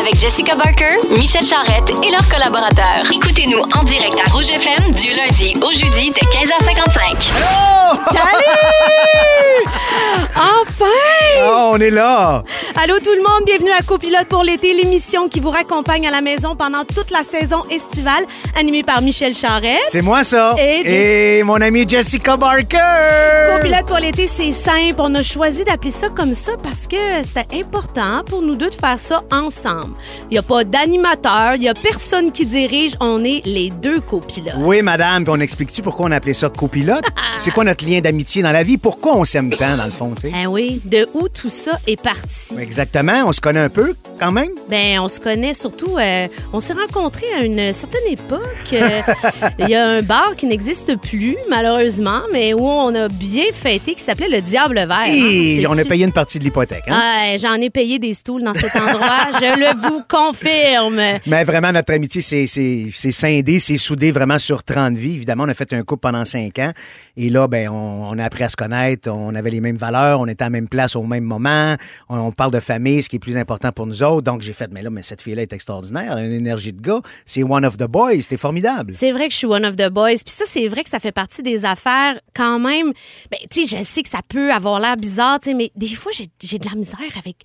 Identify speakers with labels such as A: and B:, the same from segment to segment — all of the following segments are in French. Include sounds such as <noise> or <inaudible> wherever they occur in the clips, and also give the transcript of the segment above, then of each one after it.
A: avec Jessica Barker, Michel Charrette et leurs collaborateurs. Écoutez-nous en direct à Rouge FM du lundi au jeudi dès 15h55.
B: Salut! Enfin!
C: Ah, on est là!
B: Allô tout le monde, bienvenue à Copilote pour l'été, l'émission qui vous raccompagne à la maison pendant toute la saison estivale, animée par Michel Charette.
C: C'est moi, ça!
B: Et
C: Et mon ami Jessica Barker!
B: Copilote pour l'été, c'est simple. On a choisi d'appeler ça comme ça parce que c'était important pour nous deux de faire ça ensemble. Il n'y a pas d'animateur, il n'y a personne qui dirige, on est les deux copilotes.
C: Oui, madame, puis on explique-tu pourquoi on appelait ça
B: <laughs>
C: copilote? C'est quoi notre lien d'amitié dans la vie? Pourquoi on s'aime tant, dans le fond, tu sais?
B: Ben oui, de où tout ça est parti?
C: Exactement, on se connaît un peu, quand même.
B: Ben, on se connaît surtout. euh, on s'est rencontrés à une certaine époque.
C: <laughs>
B: Euh, Il y a un bar qui n'existe plus, malheureusement, mais où on a bien fêté, qui s'appelait le Diable Vert.
C: Et
B: hein,
C: on a
B: sais-tu?
C: payé une partie de l'hypothèque, hein?
B: Ouais, J'en ai payé des stools dans cet endroit, je le vous confirme.
C: Mais vraiment, notre amitié, c'est c'est- c'est scindé, c'est soudé vraiment sur 30 vies. Évidemment, on a fait un couple pendant 5 ans. Et là, ben, on, on a appris à se connaître. On avait les mêmes valeurs. On était à la même place au même moment. On, on parle de famille, ce qui est plus important pour nous autres. Donc, j'ai fait, mais là, mais cette fille-là est extraordinaire. Elle a une énergie de gars. C'est one of the boys. C'était formidable.
B: C'est vrai que je suis one of the boys. Puis ça, c'est vrai que ça fait partie des affaires quand même. Ben, tu sais, je sais que ça peut avoir l'air bizarre, tu sais, mais des fois, j'ai- j'ai de la misère avec,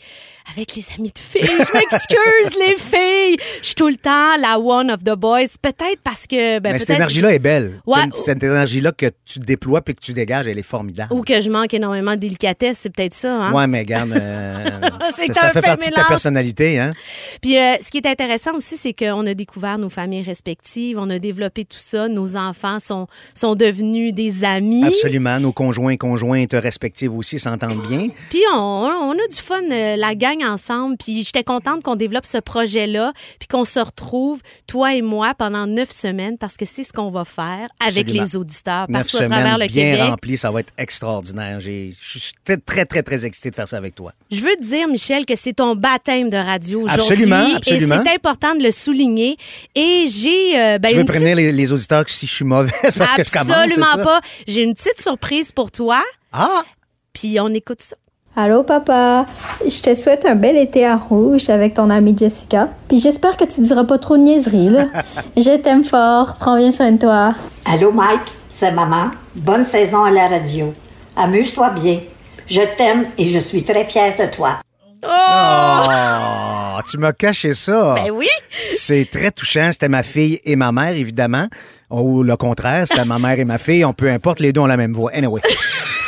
B: avec les amis de filles. Je m'excuse, les filles. Je suis tout le temps la one of the boys. Peut-être parce que. Ben,
C: mais cette
B: peut-être-
C: énergie-là est belle.
B: Ouais.
C: Comme Cette énergie-là que tu déploies puis que tu dégages, elle est formidable.
B: Ou que je manque énormément de délicatesse, c'est peut-être ça, hein?
C: Ouais, mais regarde, euh,
B: <laughs> C'est
C: ça,
B: que t'as
C: ça
B: un
C: fait
B: fin
C: partie de ta
B: mélange.
C: personnalité, hein?
B: Puis euh, ce qui est intéressant aussi, c'est qu'on a découvert nos familles respectives, on a développé tout ça, nos enfants sont, sont devenus des amis.
C: Absolument. Nos conjoints, conjointes respectives aussi s'entendent bien.
B: Puis on, on a du fun, euh, la gang ensemble. Puis j'étais contente qu'on développe ce projet-là, puis qu'on se retrouve, toi et moi, pendant neuf semaines, parce que c'est ce qu'on va faire avec
C: Absolument.
B: les auditeurs
C: Neuf
B: partout à
C: semaines
B: travers le
C: bien
B: Québec.
C: remplies, ça va être extraordinaire. J'ai- Je suis très, très, très, très excité de faire ça avec toi.
B: Je veux te dire, Michel, que c'est ton baptême de radio aujourd'hui.
C: Absolument, absolument.
B: Et c'est important de le souligner. Et j'ai... euh, ben,
C: Tu veux
B: une petite-
C: prévenir les, les auditeurs que si je suis mauvaise parce que je commence, <laughs> c'est
B: Absolument
C: ça?
B: pas. J'ai une petite surprise pour toi,
C: Ah!
B: puis on écoute ça.
D: Allô papa, je te souhaite un bel été à Rouge avec ton amie Jessica. Puis j'espère que tu diras pas trop de niaiseries là. je t'aime fort, prends bien soin de toi.
E: Allô Mike, c'est maman. Bonne saison à la radio. Amuse-toi bien. Je t'aime et je suis très fière de toi.
C: Ah, tu m'as caché ça.
B: Ben oui!
C: C'est très touchant. C'était ma fille et ma mère, évidemment. Ou le contraire, c'était ma mère et ma fille. On peu importe, les deux ont la même voix. Anyway.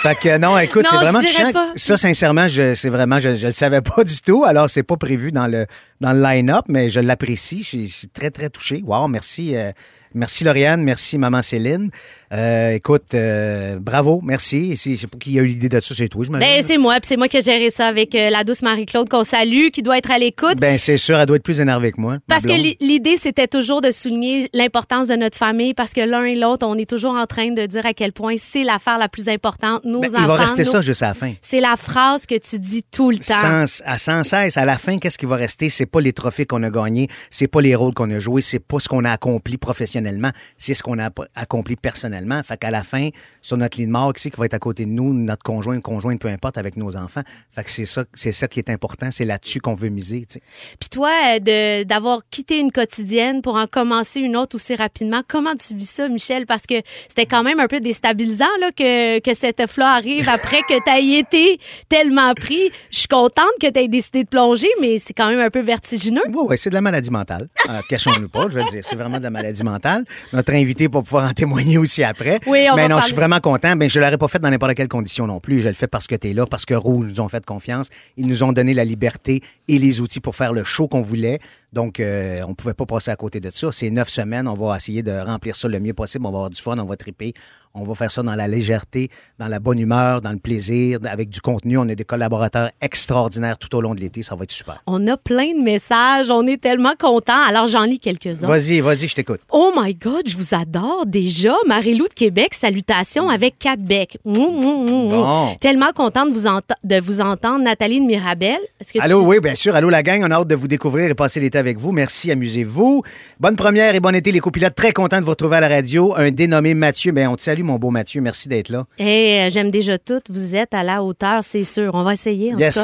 C: Fait que non, écoute,
B: Non,
C: c'est
B: je
C: vraiment
B: dirais
C: touchant.
B: pas.
C: Ça, sincèrement, je, c'est vraiment, je, je le savais pas du tout. Alors, c'est pas prévu dans le, dans le line-up, mais je l'apprécie. Je, suis- je suis très, très touché. Wow, merci. euh, merci, Lauriane. Merci, Maman Céline. Euh, écoute, euh, bravo. Merci. Et si- Je sais pas qui a eu l'idée de ça, c'est toi, je
B: Ben, c'est moi, puis c'est moi qui ai géré ça avec euh, la douce Marie-Claude qu'on salue, qui doit être à l'écoute.
C: Ben, c'est sûr, elle doit être plus énervée que moi. ma
B: Parce que
C: blonde.
B: l'i- l'idée, c'était toujours de souligner l'importance de notre famille, parce que l'un et l'autre, on est toujours en train de dire à quel point c'est l'affaire la plus importante, nos
C: Ben,
B: enfants.
C: il va rester
B: nos-
C: ça jusqu'à la fin.
B: C'est la phrase que tu dis tout le temps.
C: Sans- à 116, à la fin, qu'est-ce qui va rester? C'est pas les trophées qu'on a gagnés, c'est pas les rôles qu'on a joués, c'est pas ce qu'on a accompli professionnellement, c'est ce qu'on a ap- accompli personnellement. Fait qu'à la fin, sur notre ligne de mort, qui c'est qui va être à côté de nous, notre conjoint, conjointe, peu importe, avec nos enfants. Fait que c'est ça, c'est ça qui est important, c'est là-dessus qu'on veut miser, tu sais.
B: Puis toi, euh, de d'avoir quitté une quotidienne pour en commencer une autre aussi rapidement, comment tu vis ça, Michel? Parce que c'était quand même un peu déstabilisant là, que, que cette offre-là arrive après que tu aies été tellement pris. Je suis contente que tu aies décidé de plonger, mais c'est quand même un peu vertigineux.
C: Oui, oui, c'est de la maladie mentale. Euh, Cachons-nous pas, je veux dire, c'est vraiment de la maladie mentale. Notre invité pour pouvoir en témoigner aussi après.
B: Oui, on
C: Mais
B: va
C: non,
B: parler.
C: je suis vraiment content. Ben, je l'aurais pas fait dans n'importe quelle condition non plus. Je le fais parce que tu es là, parce que Rouge nous ont fait confiance. Ils nous ont donné la liberté et les outils pour faire le show qu'on voulait. Donc, euh, on pouvait pas passer à côté de ça. C'est neuf semaines. On va essayer de remplir ça le mieux possible. On va avoir du fun, on va triper. On va faire ça dans la légèreté, dans la bonne humeur, dans le plaisir, avec du contenu. On a des collaborateurs extraordinaires tout au long de l'été. Ça va être super.
B: On a plein de messages, on est tellement contents. Alors j'en lis quelques-uns.
C: Vas-y, vas-y, je t'écoute.
B: Oh my God, je vous adore déjà. Marie-Lou de Québec, salutations avec quatre becs. Mou, mou, mou, mou.
C: Mm. Bon.
B: Tellement contente de vous, enta- de vous entendre, Nathalie de Mirabel. Est-ce que tu-
C: Allô, oui, bien sûr. Allô, la gang. On a hâte de vous découvrir et passer l'été avec vous. Merci, amusez-vous. Bonne première et bon été, les copilotes. Très content de vous retrouver à la radio. Un dénommé Mathieu. Ben, on te salue, mon beau Mathieu. Merci d'être là.
B: Eh, euh, j'aime déjà tout. Vous êtes à la hauteur, c'est sûr. On va essayer, en
C: Yes.
B: tout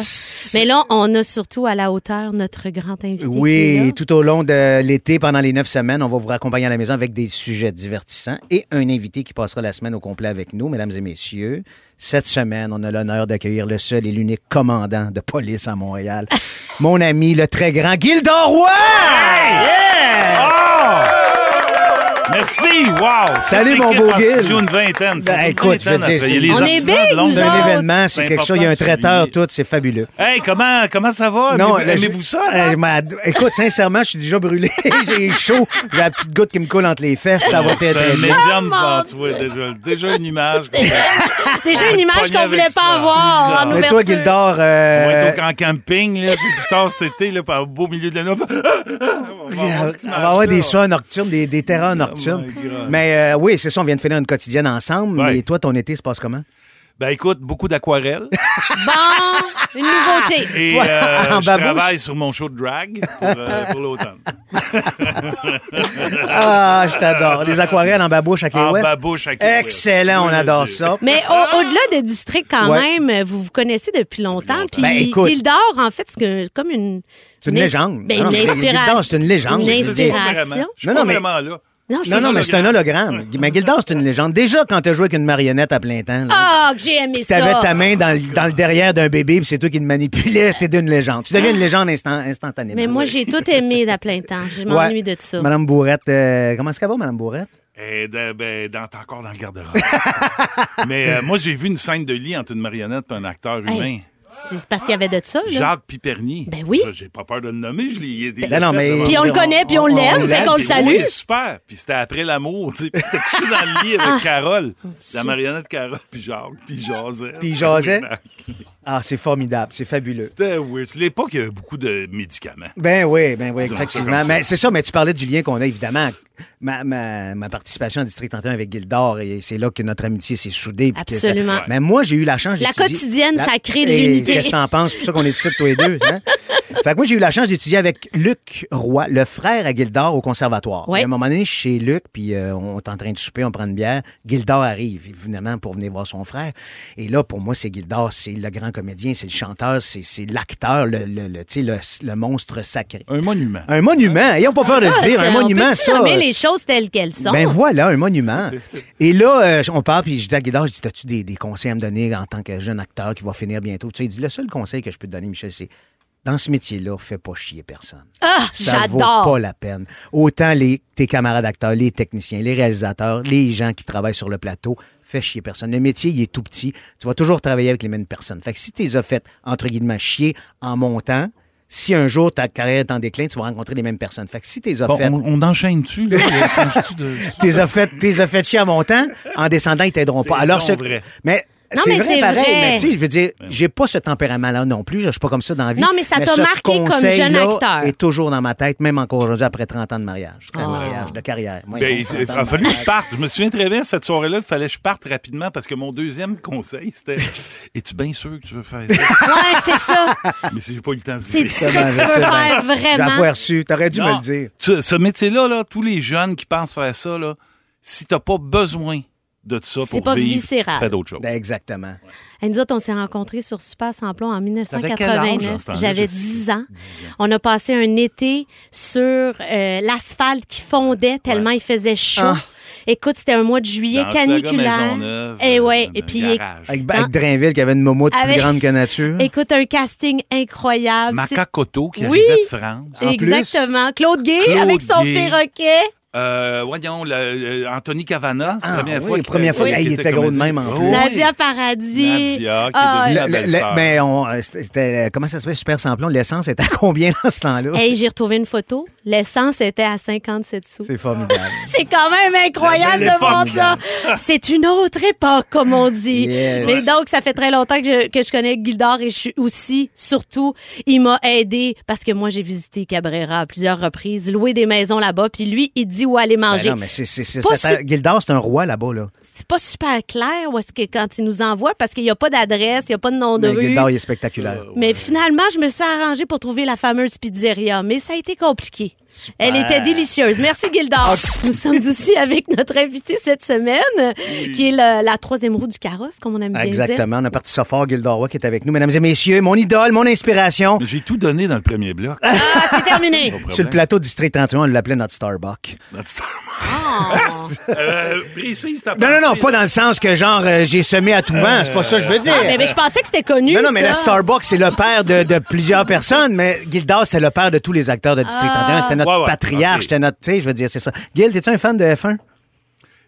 B: cas. Mais là, on a surtout à la hauteur notre grand invité. qui est là.
C: Oui, tout au long de l'été, pendant les neuf semaines, on va vous raccompagner à la maison avec des sujets divertissants et un invité qui passera la semaine au complet avec nous, mesdames et messieurs. Cette semaine, on a l'honneur d'accueillir le seul et l'unique commandant de police
B: <laughs>
C: à Montréal, mon ami, le très grand Gildor Roy!
F: Ah,
C: Yeah!
F: Merci, wow!
C: Salut,
F: Cette
C: mon
F: équipe
C: beau
F: en
C: Gil.
F: studio, une vingtaine.
C: Ben,
F: c'est une
C: écoute, je veux
F: vingtaine
C: dire,
F: à travailler.
C: c'est-
F: Les
B: On est
F: artisans
B: big,
F: de longue
B: nous
C: C'est
F: date.
C: un
B: autres.
C: événement, c'est
F: C'est
C: quelque chose, il y a un
F: important de
C: traiteur,
F: souligner.
C: tout, c'est fabuleux.
F: Hey, comment, comment ça va?
C: là,
F: Aimez-vous
C: je-
F: aimez-vous ça? hein? là?
C: Euh, ma- écoute, sincèrement, je suis déjà brûlé. <laughs> J'ai chaud. J'ai la petite goutte qui me coule entre les fesses. Ça va
F: C'est
C: être
F: un médium,
B: Ah, mon
F: tu vois, déjà, déjà
B: <laughs>
F: une image.
B: Euh, Déjà une image
F: Pogné
B: qu'on
F: avec
B: voulait
F: ça.
B: pas avoir. en
F: Mais
C: Mais toi,
B: ouverture.
C: Gildor,
F: On va
C: euh,
F: être au- en camping, là, tu sais, plus tard cet été, là, par- au beau milieu de la nuit. on fait, On va
C: on
F: avoir
C: va
F: cette
C: avoir des
F: image-là.
C: soins nocturnes, des, des terreurs nocturnes.
F: Oh my God.
C: Mais euh, oui, c'est ça, on vient de finir une quotidienne ensemble.
F: Ouais.
C: Mais toi, ton été se passe comment?
F: <laughs> Ben écoute,
C: <laughs>
F: beaucoup d'aquarelles.
B: Bon, une nouveauté.
F: Et
C: Toi,
F: euh,
C: en
F: je
C: babouche?
F: travaille sur mon show de drag pour,
C: <laughs>
F: euh, pour l'automne.
C: Ah, je t'adore. Les aquarelles en babouche à Key
F: En
C: West.
F: babouche à Key West.
C: Excellent,
F: Oui,
C: on adore
F: monsieur.
C: ça.
B: Mais au- au-delà de District, quand
C: Ouais.
B: même, vous vous connaissez depuis longtemps. Puis
C: Ben, écoute.
B: Gildor, en fait, c'est que- comme une.
C: C'est une légende.
B: Ben,
C: Non, non,
B: une
C: mais
B: inspiration.
C: Gildor, c'est une légende,
B: Une
C: je veux dire.
B: inspiration.
F: Je suis pas
C: Non, non, mais-
F: vraiment là.
B: Non,
C: Non, non, mais c'est un hologramme. Mais Gildor, c'est une légende. Déjà, quand t'as joué avec une marionnette à plein temps, là,
B: Ah, que j'ai aimé ça.
C: T'avais ta main dans, le- dans le derrière d'un bébé, puis c'est toi qui le manipulais, c'était d'une légende. Tu deviens une légende instant- instantanément.
B: Mais moi,
C: Ouais.
B: j'ai tout aimé d'à plein temps. Je
C: Ouais.
B: m'ennuie de ça.
C: Madame Bourrette, euh, comment est-ce qu'elle va, Madame Bourrette?
F: Et de- ben, dans, t'es encore dans
C: <laughs>
F: le garde-robe. Mais euh, moi, j'ai vu une scène de lit entre une marionnette et un acteur
B: Hey,
F: humain.
B: C'est parce qu'il y avait de ça, là.
F: Jacques Piperny.
B: Ben oui.
F: Ça, J'ai pas peur de le nommer. Je l'ai il était-
C: Ben non, mais-
B: Puis on le connaît, puis on l'aime, fait qu'on le
F: Puis
B: salue.
F: oui, super. Puis c'était après l'amour. tu sais. Puis t'es couché dans le lit
B: Ah.
F: avec Carole.
B: Oh,
F: La marionnette Carole, puis Jacques, puis Joseph.
C: Puis il jasait. Ah, c'est formidable, c'est fabuleux.
F: C'était weird. C'est l'époque où il y avait beaucoup de médicaments.
C: Ben oui, ben oui,
F: Disons ça
C: effectivement.
F: comme ça.
C: Mais c'est ça, mais tu parlais du lien qu'on a, évidemment. Ma, ma- ma participation à District 31 avec Gildor, et c'est là que notre amitié s'est soudée. puis que ça-
B: Absolument. Ouais.
C: Mais moi, j'ai eu la chance
B: La
C: d'étudier-
B: quotidienne, ça crée de
C: Et
B: l'unité.
C: Qu'est-ce que t'en penses? C'est pour ça qu'on est ici tous les deux.
B: <laughs>
C: hein? Fait que moi, j'ai eu la chance d'étudier avec Luc Roy, le frère à Gildor au conservatoire.
B: Ouais.
C: Et À un moment donné, je suis chez Luc, puis euh, on est en train de souper, on prend une bière. Gildor arrive, évidemment, pour venir voir son frère. Et là, pour moi, c'est Gildor, c'est le grand comédien, c'est le chanteur, c'est c'est l'acteur, le, le, le, tu sais, le, le monstre sacré.
F: Un monument.
C: Un monument, ayons pas peur de le dire,
B: Ah,
C: un monument, ça.
B: On peut les choses telles qu'elles sont.
C: Ben voilà,
B: <laughs>
C: un monument. Et là, euh, on parle, puis je dis à Guédard, je dis, as-tu des, des conseils à me donner en tant que jeune acteur qui va finir bientôt? Tu sais, il dit, le seul conseil que je peux te donner, Michel, c'est dans ce métier-là, fais pas chier personne.
B: Ah,
C: Ça vaut
B: j'adore.
C: pas la peine. Autant les, tes camarades acteurs, les techniciens, les réalisateurs, les gens qui travaillent sur le plateau, fais chier personne. Le métier, il est tout petit. Tu vas toujours travailler avec les mêmes personnes. Fait que si tu les as faites, entre guillemets, chier en montant, si un jour ta carrière est en déclin, tu vas rencontrer les mêmes personnes. Fait que si tu les as
F: Bon,
C: faites-
F: on, on enchaîne-tu?
C: <laughs>
F: là? On change-tu de-
C: t'es a fait, t'es a fait chier en montant, en descendant, ils t'aideront pas.
F: C'est
C: Alors,
F: non
C: c'est
F: vrai. Ben
C: Mais
B: Non,
C: c'est
B: mais
C: vrai
B: c'est
C: pareil.
B: vrai.
C: Mais tu sais, je veux dire, j'ai pas ce tempérament-là non plus. Je suis pas comme ça dans la vie.
B: Non, mais ça t'a
C: ce
B: marqué comme
C: conseil-là
B: jeune acteur. Oh.
C: est toujours dans ma tête, même encore aujourd'hui, après 30 ans de mariage. De mariage, de carrière. Moi,
F: Ben,
C: bon,
F: il
C: 30 ans
F: il
C: de
F: a fallu que
C: mariage.
F: je parte. Je me souviens très bien, cette soirée-là, il fallait que je parte rapidement parce que mon deuxième conseil, c'était Es-tu bien sûr que tu veux faire ça
B: Ouais, c'est
C: <laughs>
B: ça.
F: Mais si j'ai pas eu le temps de
B: C'est
F: dire.
B: ça que tu
C: je
B: veux
C: sais bien.
B: faire
C: J'avoue,
B: vraiment.
C: reçu. T'aurais dû me
F: Non.
C: le dire.
F: Tu- ce métier-là, là, tous les jeunes qui pensent faire ça, là, si t'as pas besoin de ça
B: C'est
F: pour
B: pas
F: vivre,
B: viscéral.
F: fais d'autres choses.
C: Ben, exactement.
B: Et nous autres, on s'est rencontrés sur Super Samplon en
F: T'avais quel âge en
B: 1989.
F: ce temps-là,
B: J'avais
F: Jessie?
B: 10 ans. On a passé un été sur euh, l'asphalte qui fondait tellement il faisait chaud. Écoute, c'était un mois de juillet
F: Ah. Dans Hochelaga,
B: caniculaire.
F: Maisonneuve,
B: Et
C: Eh
F: euh,
B: ouais,
F: dans
B: et
F: un
B: puis
F: garage.
C: Avec,
B: Dans-
C: avec Drainville, qui avait une moumoute
B: Ah. Avec-
C: plus grande
B: <laughs>
C: que nature.
B: Mmh. écoute un casting
C: Ah,
B: incroyable.
F: Maca Cotto qui
B: Oui.
F: arrivait de France.
B: C'est-
C: en plus.
B: Exactement. Claude Gay
F: Claude
B: avec son
F: Guay.
B: perroquet.
F: Euh, voyons, le- le- Anthony Cavana, c'est la
C: Ah,
F: première
C: oui,
F: fois. qu'il
C: première
F: était-
C: fois.
F: qu'il
C: Hey, il était gros de
F: comédien.
C: même, en plus.
F: Oh, oui.
B: Nadia Paradis.
F: Nadia, qui est
B: Ah,
F: devenue la
C: Le- le-
F: belle-sœur.
C: ben, on, euh, c'était, euh, comment ça se fait, super samplon? L'essence était à combien dans ce temps-là?
B: Hey, j'ai retrouvé une photo. L'essence était à 57 sous.
C: C'est formidable.
B: C'est quand même incroyable
F: La
B: de
F: belle
B: voir
F: époque,
B: ça. C'est une autre époque, comme on dit.
C: Yes.
B: Mais donc, ça fait très longtemps que je, que je connais Gildor et je suis aussi, surtout, il m'a aidé parce que moi, j'ai visité Cabrera à plusieurs reprises, loué des maisons là-bas. Puis lui, il dit où aller
C: Ben
B: manger.
C: non, mais c'est, c'est, c'est,
B: pas
C: c'est-
B: su-
C: Gildor, c'est un roi là-bas, là.
B: C'est pas super clair où est-ce que quand il nous envoie parce qu'il n'y a pas d'adresse, il n'y a pas de nom de
C: Mais
B: rue. Euh,
C: Gildor, il est spectaculaire.
B: Mais finalement, je me suis arrangée pour trouver la fameuse pizzeria, mais ça a été compliqué. Elle était délicieuse. Merci, Gildor. Nous sommes aussi avec notre invité cette semaine, qui est le- la troisième roue du carrosse, comme on aime bien dire.
C: Exactement. On a parti ça fort, Gildor qui est avec nous. Mesdames et messieurs, mon idole, mon inspiration.
F: J'ai tout donné dans le premier bloc.
B: Ah, c'est
C: <laughs>
B: terminé.
F: Pas de
C: Sur le
F: problème.
C: plateau de District 31, on l'appelait notre Starbucks.
F: Notre star- Euh, précise ta
C: Non, non, non,
F: pensée,
C: pas
F: là.
C: dans le sens que genre euh, j'ai semé à tout vent. C'est pas ça que je veux dire.
B: Ah, mais, mais je pensais que c'était connu.
C: non, non, mais
B: ça.
C: le Starbucks, c'est le père de, de plusieurs personnes, mais Gildas, c'est le père de tous les acteurs de
B: Ah.
C: District 31. C'était notre
F: Ouais, ouais,
C: patriarche,
F: ok.
C: c'était notre. Tu sais, je veux dire, c'est ça. Gil, es-tu un fan de F1?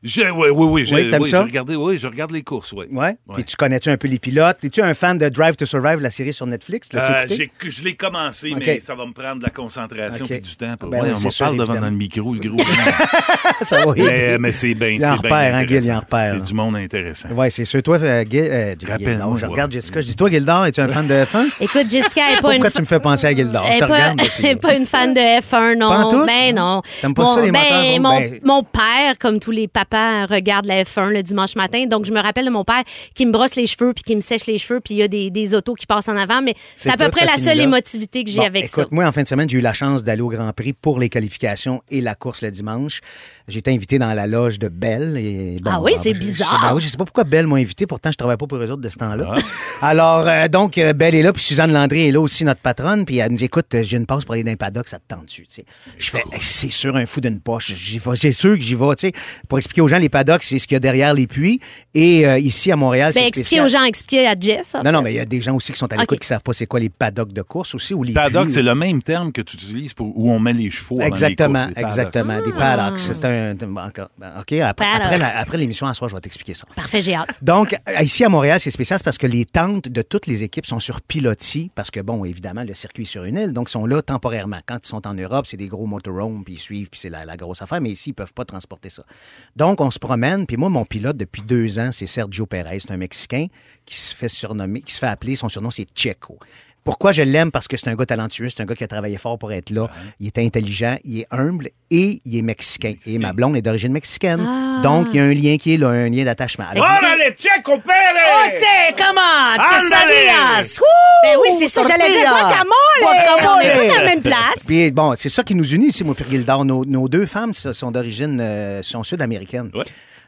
F: Je- oui, oui, oui. je-
C: Oui, t'aimes
F: oui,
C: ça?
F: je regardais- oui, je regarde les courses, oui.
C: Ouais.
F: Ouais.
C: Puis tu connais-tu un peu les pilotes? Es-tu un fan de Drive to Survive, la série sur Netflix? L'as-tu
F: Euh,
C: écouté?
F: j'ai- je l'ai commencé,
C: Ok.
F: mais ça va me prendre de la concentration
C: Ok.
F: et du temps. pour-
C: Ben
F: Ouais,
C: oui,
F: on
C: c'est
F: me
C: sûr,
F: parle devant
C: évidemment.
F: dans le micro, le gros.
C: <laughs> Ça va aider.
F: mais mais c'est bien.
C: Il en
F: c'est bien
C: repère, hein, Guil, il en
F: intéressant.
C: repère, là.
F: C'est du monde intéressant.
C: Ouais, c'est sûr. Toi, euh, Gil- euh, Gildor,
F: Rappelle-moi,
C: je
F: ouais.
C: regarde Jessica. Je dis, toi, Gildor, es-tu un fan de F1?
B: Écoute, Jessica n'est pas une.
C: Pourquoi tu me fais penser à Gildor?
B: Elle
C: Je
B: est
C: te
B: pas,
C: regarde. là,
B: <laughs> elle est
C: puis-
B: pas une fan de F1, non.
C: Pas en tout?
B: Ben non.
C: T'aimes pas ça, les moteurs
B: ben,
C: ronds?
B: mon,
C: Ben-
B: mon père, comme tous les papas, regarde la F1 le dimanche matin. Donc, je me rappelle de mon père qui me brosse les cheveux puis qui me sèche les cheveux puis il y a des, des autos qui passent en avant. Mais
C: C'est
B: c'est à peu
C: tout,
B: près
C: ça
B: la
C: finit
B: seule
C: là.
B: émotivité que j'ai
C: Bon,
B: avec
C: écoute, moi, en fin de semaine, j'ai eu la chance d'aller au Grand Prix pour les qualifications et la course le dimanche. J'ai été invité dans la loge de Belle. Et, bon,
B: Ah oui, c'est
C: je-
B: bizarre.
C: Je, ben oui, je sais pas pourquoi Belle m'a invité, pourtant je travaille pas pour eux autres de ce temps-là. <laughs> Alors, euh, donc, euh, Belle est là, puis Suzanne Landry est là aussi, notre patronne, puis elle me dit, écoute, euh, j'ai une passe pour aller dans les paddocks, ça te tente-tu? Tu sais. Je fais, Hey, c'est sûr un fou d'une poche, j'y vais, c'est sûr que j'y vais, tu sais. Pour expliquer aux gens, les paddocks, c'est ce qu'il y a derrière les puits, et euh, ici à Montréal,
B: ça. Ben,
C: c'est
B: expliquer
C: spécial.
B: aux gens, expliquer à Jess. en
C: Non, non,
B: fait.
C: mais il y a des gens aussi qui sont à
B: Ok.
C: l'écoute qui savent pas c'est quoi les paddocks de course aussi, ou les
F: Paddock,
C: puits,
F: c'est le même terme que tu utilises pour où on met les chevaux. avant les
C: Exactement,
F: courses, les paddocks.
C: exactement. Des paddocks. C'est un. encore- ben, OK, après,
B: Ah. Paddocks.
C: après la- après l'émission, à soir, je vais t'expliquer ça.
B: Parfait, j'ai hâte.
C: Donc, à- ici à Montréal, c'est spécial c'est parce que les tentes de toutes les équipes sont sur pilotis, parce que, bon, évidemment, le circuit est sur une île, donc ils sont là temporairement. Quand ils sont en Europe, c'est des gros motorhomes, puis ils suivent, puis c'est la, la grosse affaire, mais ici, ils peuvent pas transporter ça. Donc, on se promène, puis moi, mon pilote depuis deux ans, c'est Sergio Perez, c'est un Mexicain qui se fait surnommer, qui se fait appeler, son surnom, c'est Checo. Pourquoi je l'aime? Parce que c'est un gars talentueux, c'est un gars qui a travaillé fort pour être là. Il est intelligent, il est humble et il est mexicain. Et ma blonde est d'origine mexicaine. Donc, il y a un lien qui est là, un lien d'attachement. Alors,
F: Órale, Checo
C: <laughs>
F: Pérez!
C: c'est comment?
F: Quesadillas!
B: Ben oui, c'est ça, j'allais dire guacamole! On est tous à la même place.
C: Puis bon, c'est ça qui nous unit ici, moi puis Gildor. Nos, nos deux femmes ça, sont d'origine euh, sont sud-américaines.
F: Ouais.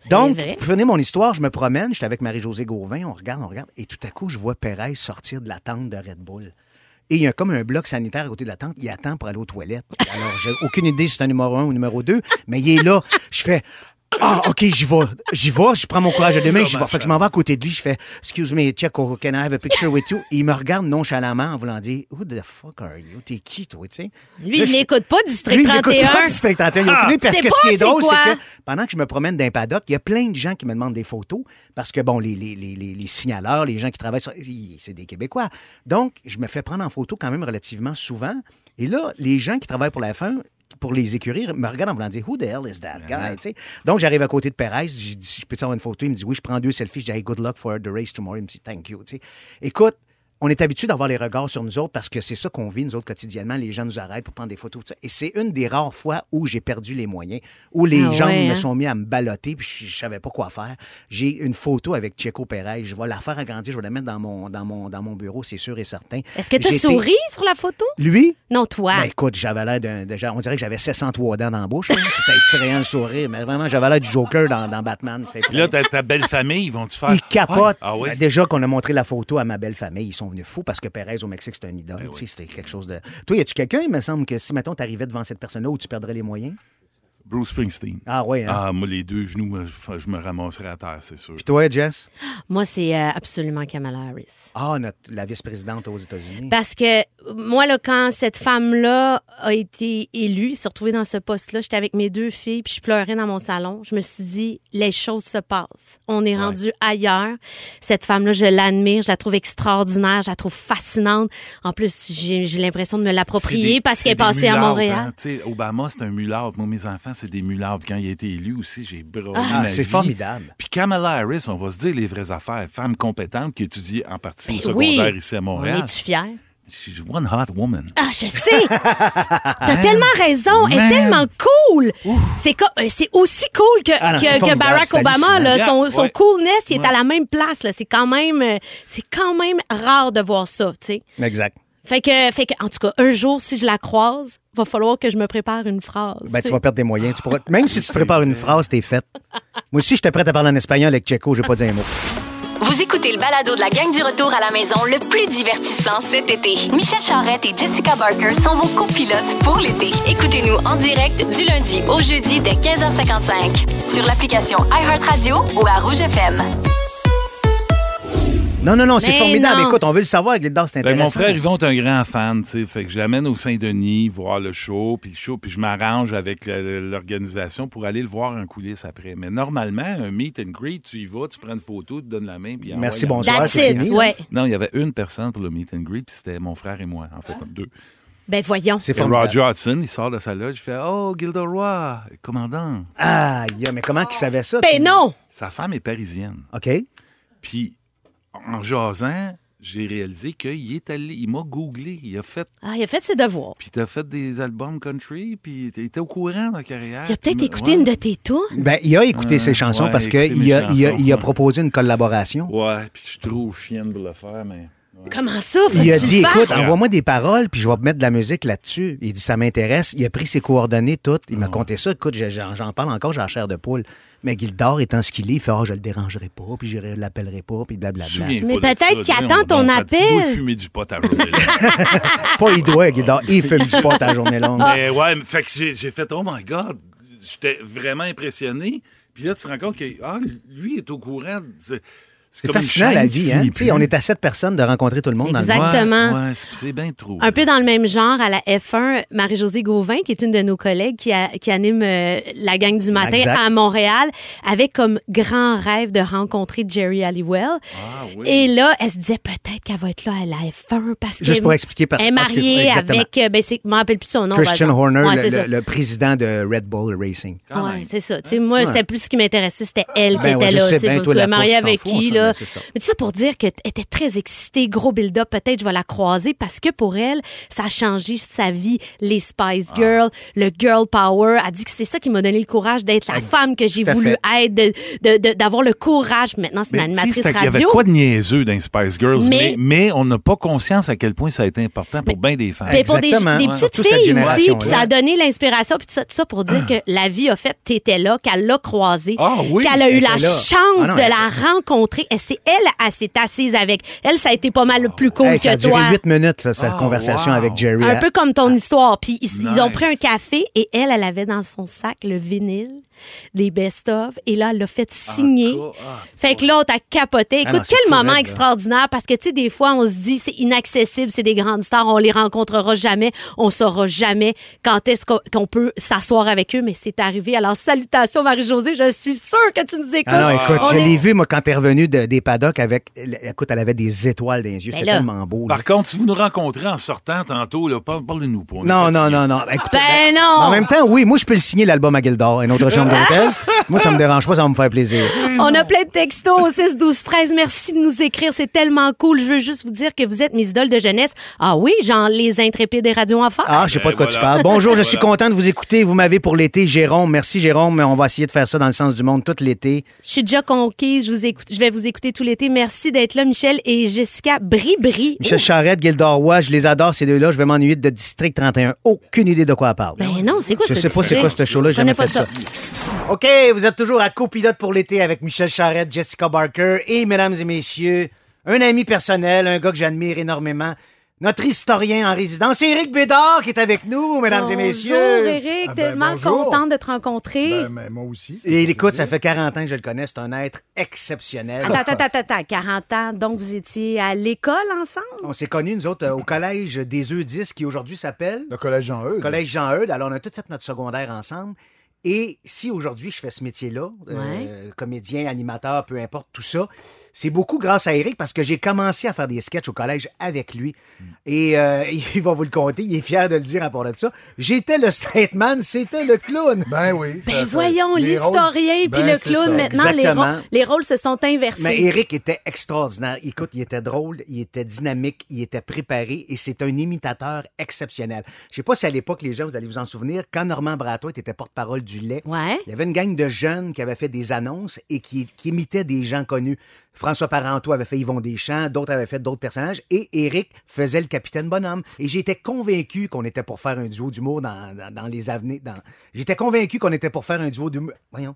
C: Donc,
B: vrai.
C: pour finir mon histoire, je me promène, je suis avec Marie-Josée Gauvin, on regarde, on regarde, et tout à coup, je vois Perez sortir de la tente de Red Bull. Et il y a comme un bloc sanitaire à côté de la tente. Il attend pour aller aux toilettes. Alors, j'ai aucune idée si c'est un numéro un ou numéro deux, mais il est là. Je fais Ah, OK, j'y vais. J'y vais. Je prends mon courage à deux mains. J'y vais. Fait que je m'en vais à côté de lui. Je fais Excuse me, Checo, can I have a picture with you? Et il me regarde nonchalamment en voulant dire Who the fuck are you? T'es qui, toi, tu sais?
B: Lui,
C: Là,
B: il
C: je-
B: n'écoute pas District
C: lui, il écoute
B: 31.
C: pas District 31. Il a aucune idée, parce
B: Ah, C'est
C: que ce qui
B: pas
C: est drôle,
B: c'est
C: c'est
B: quoi.
C: que Hein? pendant que je me promène dans un paddock, il y a plein de gens qui me demandent des photos parce que, bon, les, les, les, les- les signaleurs, les gens qui travaillent sur. ils- C'est des Québécois. Donc, je me fais prendre en photo quand même relativement souvent. Et là, les gens qui travaillent pour la F1, pour les écuries, me regardent en voulant dire Who the hell is that guy? Tu sais. Donc, j'arrive à côté de Perez, je dis Je peux avoir une photo? Il me dit Oui, je prends deux selfies. Je dis Hey, good luck for the race tomorrow. Il me dit Thank you. Tu sais. Écoute, on est habitué d'avoir les regards sur nous autres parce que c'est ça qu'on vit, nous autres, quotidiennement. Les gens nous arrêtent pour prendre des photos. tout ça. Et c'est une des rares fois où j'ai perdu les moyens, où les
B: Ah
C: gens
B: ouais, hein?
C: me sont mis à me balloter puis je, je savais pas quoi faire. J'ai une photo avec Checo Perez. Je vais la faire agrandir. Je vais la mettre dans mon, dans mon, dans mon bureau, c'est sûr et certain.
B: Est-ce que tu as
C: J'étais-
B: souri Ah. sur la photo?
C: Lui?
B: Non, toi.
C: Ben, écoute, j'avais l'air d'un. de- on dirait que j'avais 603 dents dans la bouche. hein. C'était effrayant le sourire. Mais vraiment, j'avais l'air du Joker dans, dans Batman. C'était
F: Puis là, ta, ta belle famille, ils vont-tu faire.
C: ils capotent.
F: Ah oui?
C: Ben, Déjà qu'on a montré la photo à ma belle famille, ils sont venus fous parce que Perez au Mexique, c'est un idole.
F: Ben
C: tu sais, C'était quelque chose de. Toi, y a-tu quelqu'un, il me semble, que si, mettons, t'arrivais devant cette personne-là où tu perdrais les moyens?
F: Bruce Springsteen.
C: Ah oui, hein?
F: Ah, moi, les deux genoux, moi, je je me ramasserais à terre, c'est sûr.
C: Puis toi, Jess?
B: Moi, c'est euh, absolument Kamala Harris.
C: Ah, notre, la vice-présidente aux États-Unis.
B: Parce que euh, moi, là, quand cette femme-là a été élue, s'est retrouvée dans ce poste-là, j'étais avec mes deux filles, puis je pleurais dans mon salon. Je me suis dit, les choses se passent. On est rendu ailleurs. Cette femme-là, je l'admire, je la trouve extraordinaire, je la trouve fascinante. En plus, j'ai j'ai l'impression de me
F: C'est
B: l'approprier
F: des-
B: parce
F: c'est
B: qu'elle est
F: des
B: passée à
F: mulâtres,
B: Montréal.
F: hein. Tu sais, Obama, c'est un mulard. Moi, mes enfants, c'est des mulâtres. Quand il a été élu aussi, j'ai brûlé.
C: Ah, c'est formidable.
F: Puis Kamala Harris, on va se dire les vraies affaires. Femme compétente qui étudie en partie hein, au
B: Ben oui.
F: secondaire ici à Montréal.
B: Es-tu fière?
F: She's one hot woman.
C: <laughs>
B: Ah, je sais! T'as tellement raison! Elle est
F: Man.
B: tellement cool! cool. C'est co- euh, c'est aussi cool que,
C: Ah non,
B: que-
C: c'est
B: que
C: formidable,
B: Barack
C: c'est
B: Obama.
C: hallucinant.
B: là.
F: Yeah,
B: son, son
F: ouais.
B: coolness, il est à la même place. là. C'est quand même, euh, c'est quand même rare de voir ça. tu sais.
C: Exact.
B: Fait que, fait que, en tout cas, un jour, si je la croise, va falloir que je me prépare une phrase.
C: Ben,
B: tu
C: tu
B: sais.
C: vas perdre des moyens. Tu pourras- Même si tu te prépares une phrase, t'es faite. Moi aussi, je te prête à parler en espagnol avec Checo, j'ai pas dit un mot.
A: Vous écoutez le balado de la gang du retour à la maison le plus divertissant cet été. Michel Charrette et Jessica Barker sont vos copilotes pour l'été. Écoutez-nous en direct du lundi au jeudi dès 15h55 sur l'application iHeartRadio ou à Rouge FM.
C: Non, non, non, c'est
B: Mais
C: formidable.
B: non.
C: Écoute, on veut le savoir avec les dents, c'est
F: Ben,
C: intéressant.
F: mon frère Yvon est un grand fan, tu sais. Fait que je l'amène au Saint-Denis voir le show, puis le show, puis je m'arrange avec le- l'organisation pour aller le voir en coulisses après. Mais normalement, un meet and greet, tu y vas, tu prends une photo, tu donnes la main, puis
C: Merci,
F: envoie la-
C: bonsoir,
B: That's
C: c'est
B: it,
C: fini, là.
B: ouais.
F: Non, il y avait une personne pour le meet and greet, puis c'était mon frère et moi, en fait, deux.
B: Ben, voyons.
C: C'est
F: Et
C: formidable.
F: Roger Hudson, il sort de sa loge, il fait Oh, Gilderoy, commandant.
C: Ah, yeah, mais comment qu'il savait ça?
B: Ben, non!
F: Sa femme est parisienne.
C: OK.
F: Puis, en jasant, j'ai réalisé qu'il est allé, il m'a googlé, il a fait
B: Ah, il a fait ses devoirs.
F: Puis t'as fait des albums country, puis t'étais au courant de la carrière.
B: Il a
C: Ah,
B: peut-être
F: Puis,
B: écouté
F: ouais.
B: une de tes tunes.
C: Ben, il a écouté
F: Euh,
C: ses chansons
F: ouais,
C: parce
F: écoutez mes
C: qu'il a, il a,
F: chansons,
C: il a
F: ouais.
C: proposé une collaboration.
F: Ouais, puis je suis trop chienne pour le faire, mais... ouais.
B: Comment ça? Faut
C: Il
B: que
C: a
B: tu
C: dit,
B: le fasses.
C: écoute, envoie-moi des paroles, puis je vais mettre de la musique là-dessus. Il dit, ça m'intéresse. Il a pris ses coordonnées toutes.
B: Ah.
C: Il m'a conté ça. Écoute, j'ai- j'en j'en parle encore, j'ai la chair de poule. Mais Gildor étant ce qu'il est, il fait, oh, je le dérangerai pas, puis je l'appellerai pas, puis
F: Je me
C: blablabla.
F: souviens
B: Mais
F: pas de
B: peut-être
F: ça,
B: qu'il
F: dis donc,
B: attend ton
F: donc, fatigué de
B: appel.
F: fumer du pot à journée
B: <laughs>
F: longue.
C: Pas il doit, Gildor. Il fume du pot ta journée longue.
B: Ah.
F: mais ouais, mais fait que j'ai j'ai fait, oh my God, j'étais vraiment impressionné. Puis là, tu te rends compte que, ah, lui est au courant. de-
C: C'est
F: comme une
C: fascinant
F: chaîne
C: la
F: qui
C: vie, hein?
F: finit
C: Tu sais,
F: plus.
C: on est à sept personnes de rencontrer tout le monde dans le
B: Exact. Exactement.
F: Ouais, ouais, c'est c'est bien trop.
B: Un peu dans le même genre, à la F1, Marie-Josée Gauvin, qui est une de nos collègues qui, a- qui anime euh, la gang du matin
C: Exact.
B: à Montréal, avait comme grand rêve de rencontrer Jerry Halliwell.
F: Ah oui.
B: Et là, elle se disait peut-être qu'elle va être là à la F1 parce que
C: Juste pour expliquer parce
B: elle est
C: parce que-
B: mariée
C: exactement.
B: avec, euh, ben, c'est- je me rappelle plus son nom. par
C: Christian
B: exemple.
C: Horner,
B: Ouais,
C: le-
B: c'est ça.
C: le, le président de Red Bull Racing.
F: Quand
B: Ouais,
F: même.
B: c'est ça. Tu sais, moi, c'était plus ce qui m'intéressait, c'était elle qui
C: Ben ouais,
B: était
C: je
B: là.
C: sais
B: tu sais,
C: bien,
B: parce
C: toi,
B: que
C: la
B: le marié
C: course,
B: avec
C: t'en
B: qui,
C: fous, en ce
B: là.
C: moment, c'est ça.
B: Mais tout ça pour dire qu'elle était très excitée, gros build-up. Peut-être je vais la croiser parce que pour elle, ça a changé sa vie. Les Spice
C: Ah.
B: Girls, le girl power. Elle dit que c'est ça qui m'a donné le courage d'être la femme que j'ai
C: tout à
B: voulu être, de- de- de- d'avoir le courage. Maintenant, c'est une
F: Mais tu sais,
B: animatrice
F: c'était- Il y avait
B: radio.
F: quoi de niaiseux dans les Spice Girls,
B: Mais-
F: mais, mais on n'a pas conscience à quel point ça a été important pour bien des fans.
B: Mais pour des,
C: Exactement.
B: des
C: Ouais.
B: petites
C: Surtout cette
B: filles aussi,
C: génération-là.
B: puis ça a donné l'inspiration, puis tout ça, tout ça pour dire que la vie a fait, t'étais là, qu'elle l'a croisée,
F: Ah oui,
B: qu'elle a eu
C: elle
B: la
C: était là.
B: chance
C: Ah non,
B: de
C: elle-
B: la rencontrer. Et c'est elle, elle s'est assise avec. Elle, ça a été pas mal le plus cool
C: Hey, ça a
B: que
C: duré
B: toi. Ah,
C: huit minutes, ça, sa
F: Oh,
C: conversation
F: wow.
C: avec Jerry.
B: Un peu comme
C: Ah.
B: ton histoire. Puis ils, ils ont
F: Nice.
B: pris un café et elle, elle avait dans son sac le vinyle, les best-of, et là, elle l'a fait signer.
F: Encore- ah,
B: Fait que l'autre a capoté.
C: Ah
B: Écoute,
C: non, c'est
B: quel
C: fou,
B: moment
C: raide, là.
B: extraordinaire parce que, tu sais, des fois, on se dit, c'est inaccessible, c'est des grandes stars, on les rencontrera jamais, on saura jamais quand est-ce qu'on qu'on peut s'asseoir avec eux, mais c'est arrivé. Alors, salutations, Marie-Josée, je suis sûre que tu nous écoutes.
C: Ah non, écoute,
B: On
C: je
B: est-
C: l'ai vu, moi, quand t'es revenu de- des paddocks avec. elle- Écoute, elle avait des étoiles dans les yeux.
B: Ben
C: C'était
B: là.
C: tellement beau. là.
F: Par contre, si vous nous rencontrez en sortant tantôt, là, parle- parlez-nous pas. on est
C: Non, non,
F: fatigués.
C: non, non. Écoute,
B: Ben
C: en
B: non!
C: même temps, oui, moi, je peux le signer, l'album à Gildor, une
B: <laughs>
C: autre chambre d'hôtel. moi, ça me dérange pas, ça va me faire plaisir.
B: On
G: Mhm.
B: a plein de textos au 6, 12, 13. Merci de nous écrire. C'est tellement cool. Je veux juste vous dire que vous êtes mes idoles de jeunesse. Ah oui, genre les intrépides des radios enfants.
C: Ah, je sais pas de quoi
F: Ben,
C: tu
F: voilà.
C: parles.
F: <laughs>
C: Bonjour, je suis
F: Voilà.
C: content de vous écouter. Vous m'avez pour l'été, Jérôme. Merci, Jérôme. On va essayer de faire ça dans le sens du monde tout l'été.
B: Je suis déjà conquise. Je, vous écoute, je vais vous écouter tout l'été. Merci d'être là, Michel et Jessica Bribri.
C: Michel
B: Oh,
C: Charette, Gildor Roy, je les adore, ces deux-là. Je vais m'ennuyer de District 31. Aucune idée de quoi elle parle.
B: Ben non, c'est quoi
C: Je
B: ce
C: sais pas c'est
B: district?
C: quoi ce show-là,
B: Je
C: j'ai jamais
B: connais pas
C: fait ça. OK, vous êtes toujours à Copilote pour l'été avec Michel Charette, Jessica Barker et, mesdames et messieurs, un ami personnel, un gars que j'admire énormément, notre historien en résidence, Éric Bédard, qui est avec nous, mesdames et
B: Bonjour,
C: messieurs.
B: Eric,
G: Ah ben,
B: tellement
G: bonjour.
B: contente de te rencontrer.
G: Ben, mais moi aussi. ça
C: Et
G: fait
C: écoute, ça
G: plaisir.
C: fait 40 ans que je le connais, c'est un être exceptionnel.
B: Attends, attends, attends, attends, 40 ans, donc vous étiez à l'école ensemble?
C: On s'est connus, nous autres, euh, au collège des Eudis, qui aujourd'hui s'appelle
G: Le collège E, Jean-Eudes.
C: Collège Jean-Eudes. Alors, on a tous fait notre secondaire ensemble. Et si aujourd'hui je fais ce métier-là, euh,
B: Ouais.
C: comédien, animateur, peu importe, tout ça, c'est beaucoup grâce à Eric parce que j'ai commencé à faire des sketchs au collège avec lui. Et euh, <laughs> il va vous le compter, il est fier de le dire à part de ça. J'étais le straight-man, c'était le clown.
G: Ben oui. ça-
B: Ben
G: ça-
B: voyons,
G: les
B: l'historien
G: rôles-
B: puis
G: Ben,
B: le
G: c'est
B: clown,
G: ça.
B: maintenant, les,
C: Exactement.
B: rôles- les rôles se sont inversés.
C: Mais Eric était extraordinaire. Écoute, il était drôle, il était dynamique, il était préparé et c'est un imitateur exceptionnel. Je sais pas si à l'époque, les gens, vous allez vous en souvenir, quand Normand Bratoit était porte-parole du lait,
B: Ouais.
C: il y avait une gang de jeunes qui avaient fait des annonces et qui, qui imitaient des gens connus. François Parenteau avait fait Yvon Deschamps, d'autres avaient fait d'autres personnages et Eric faisait le capitaine bonhomme. Et j'étais convaincu qu'on était pour faire un duo d'humour dans, dans- dans les avenirs. dans- J'étais convaincu qu'on était pour faire un duo d'humour. Voyons.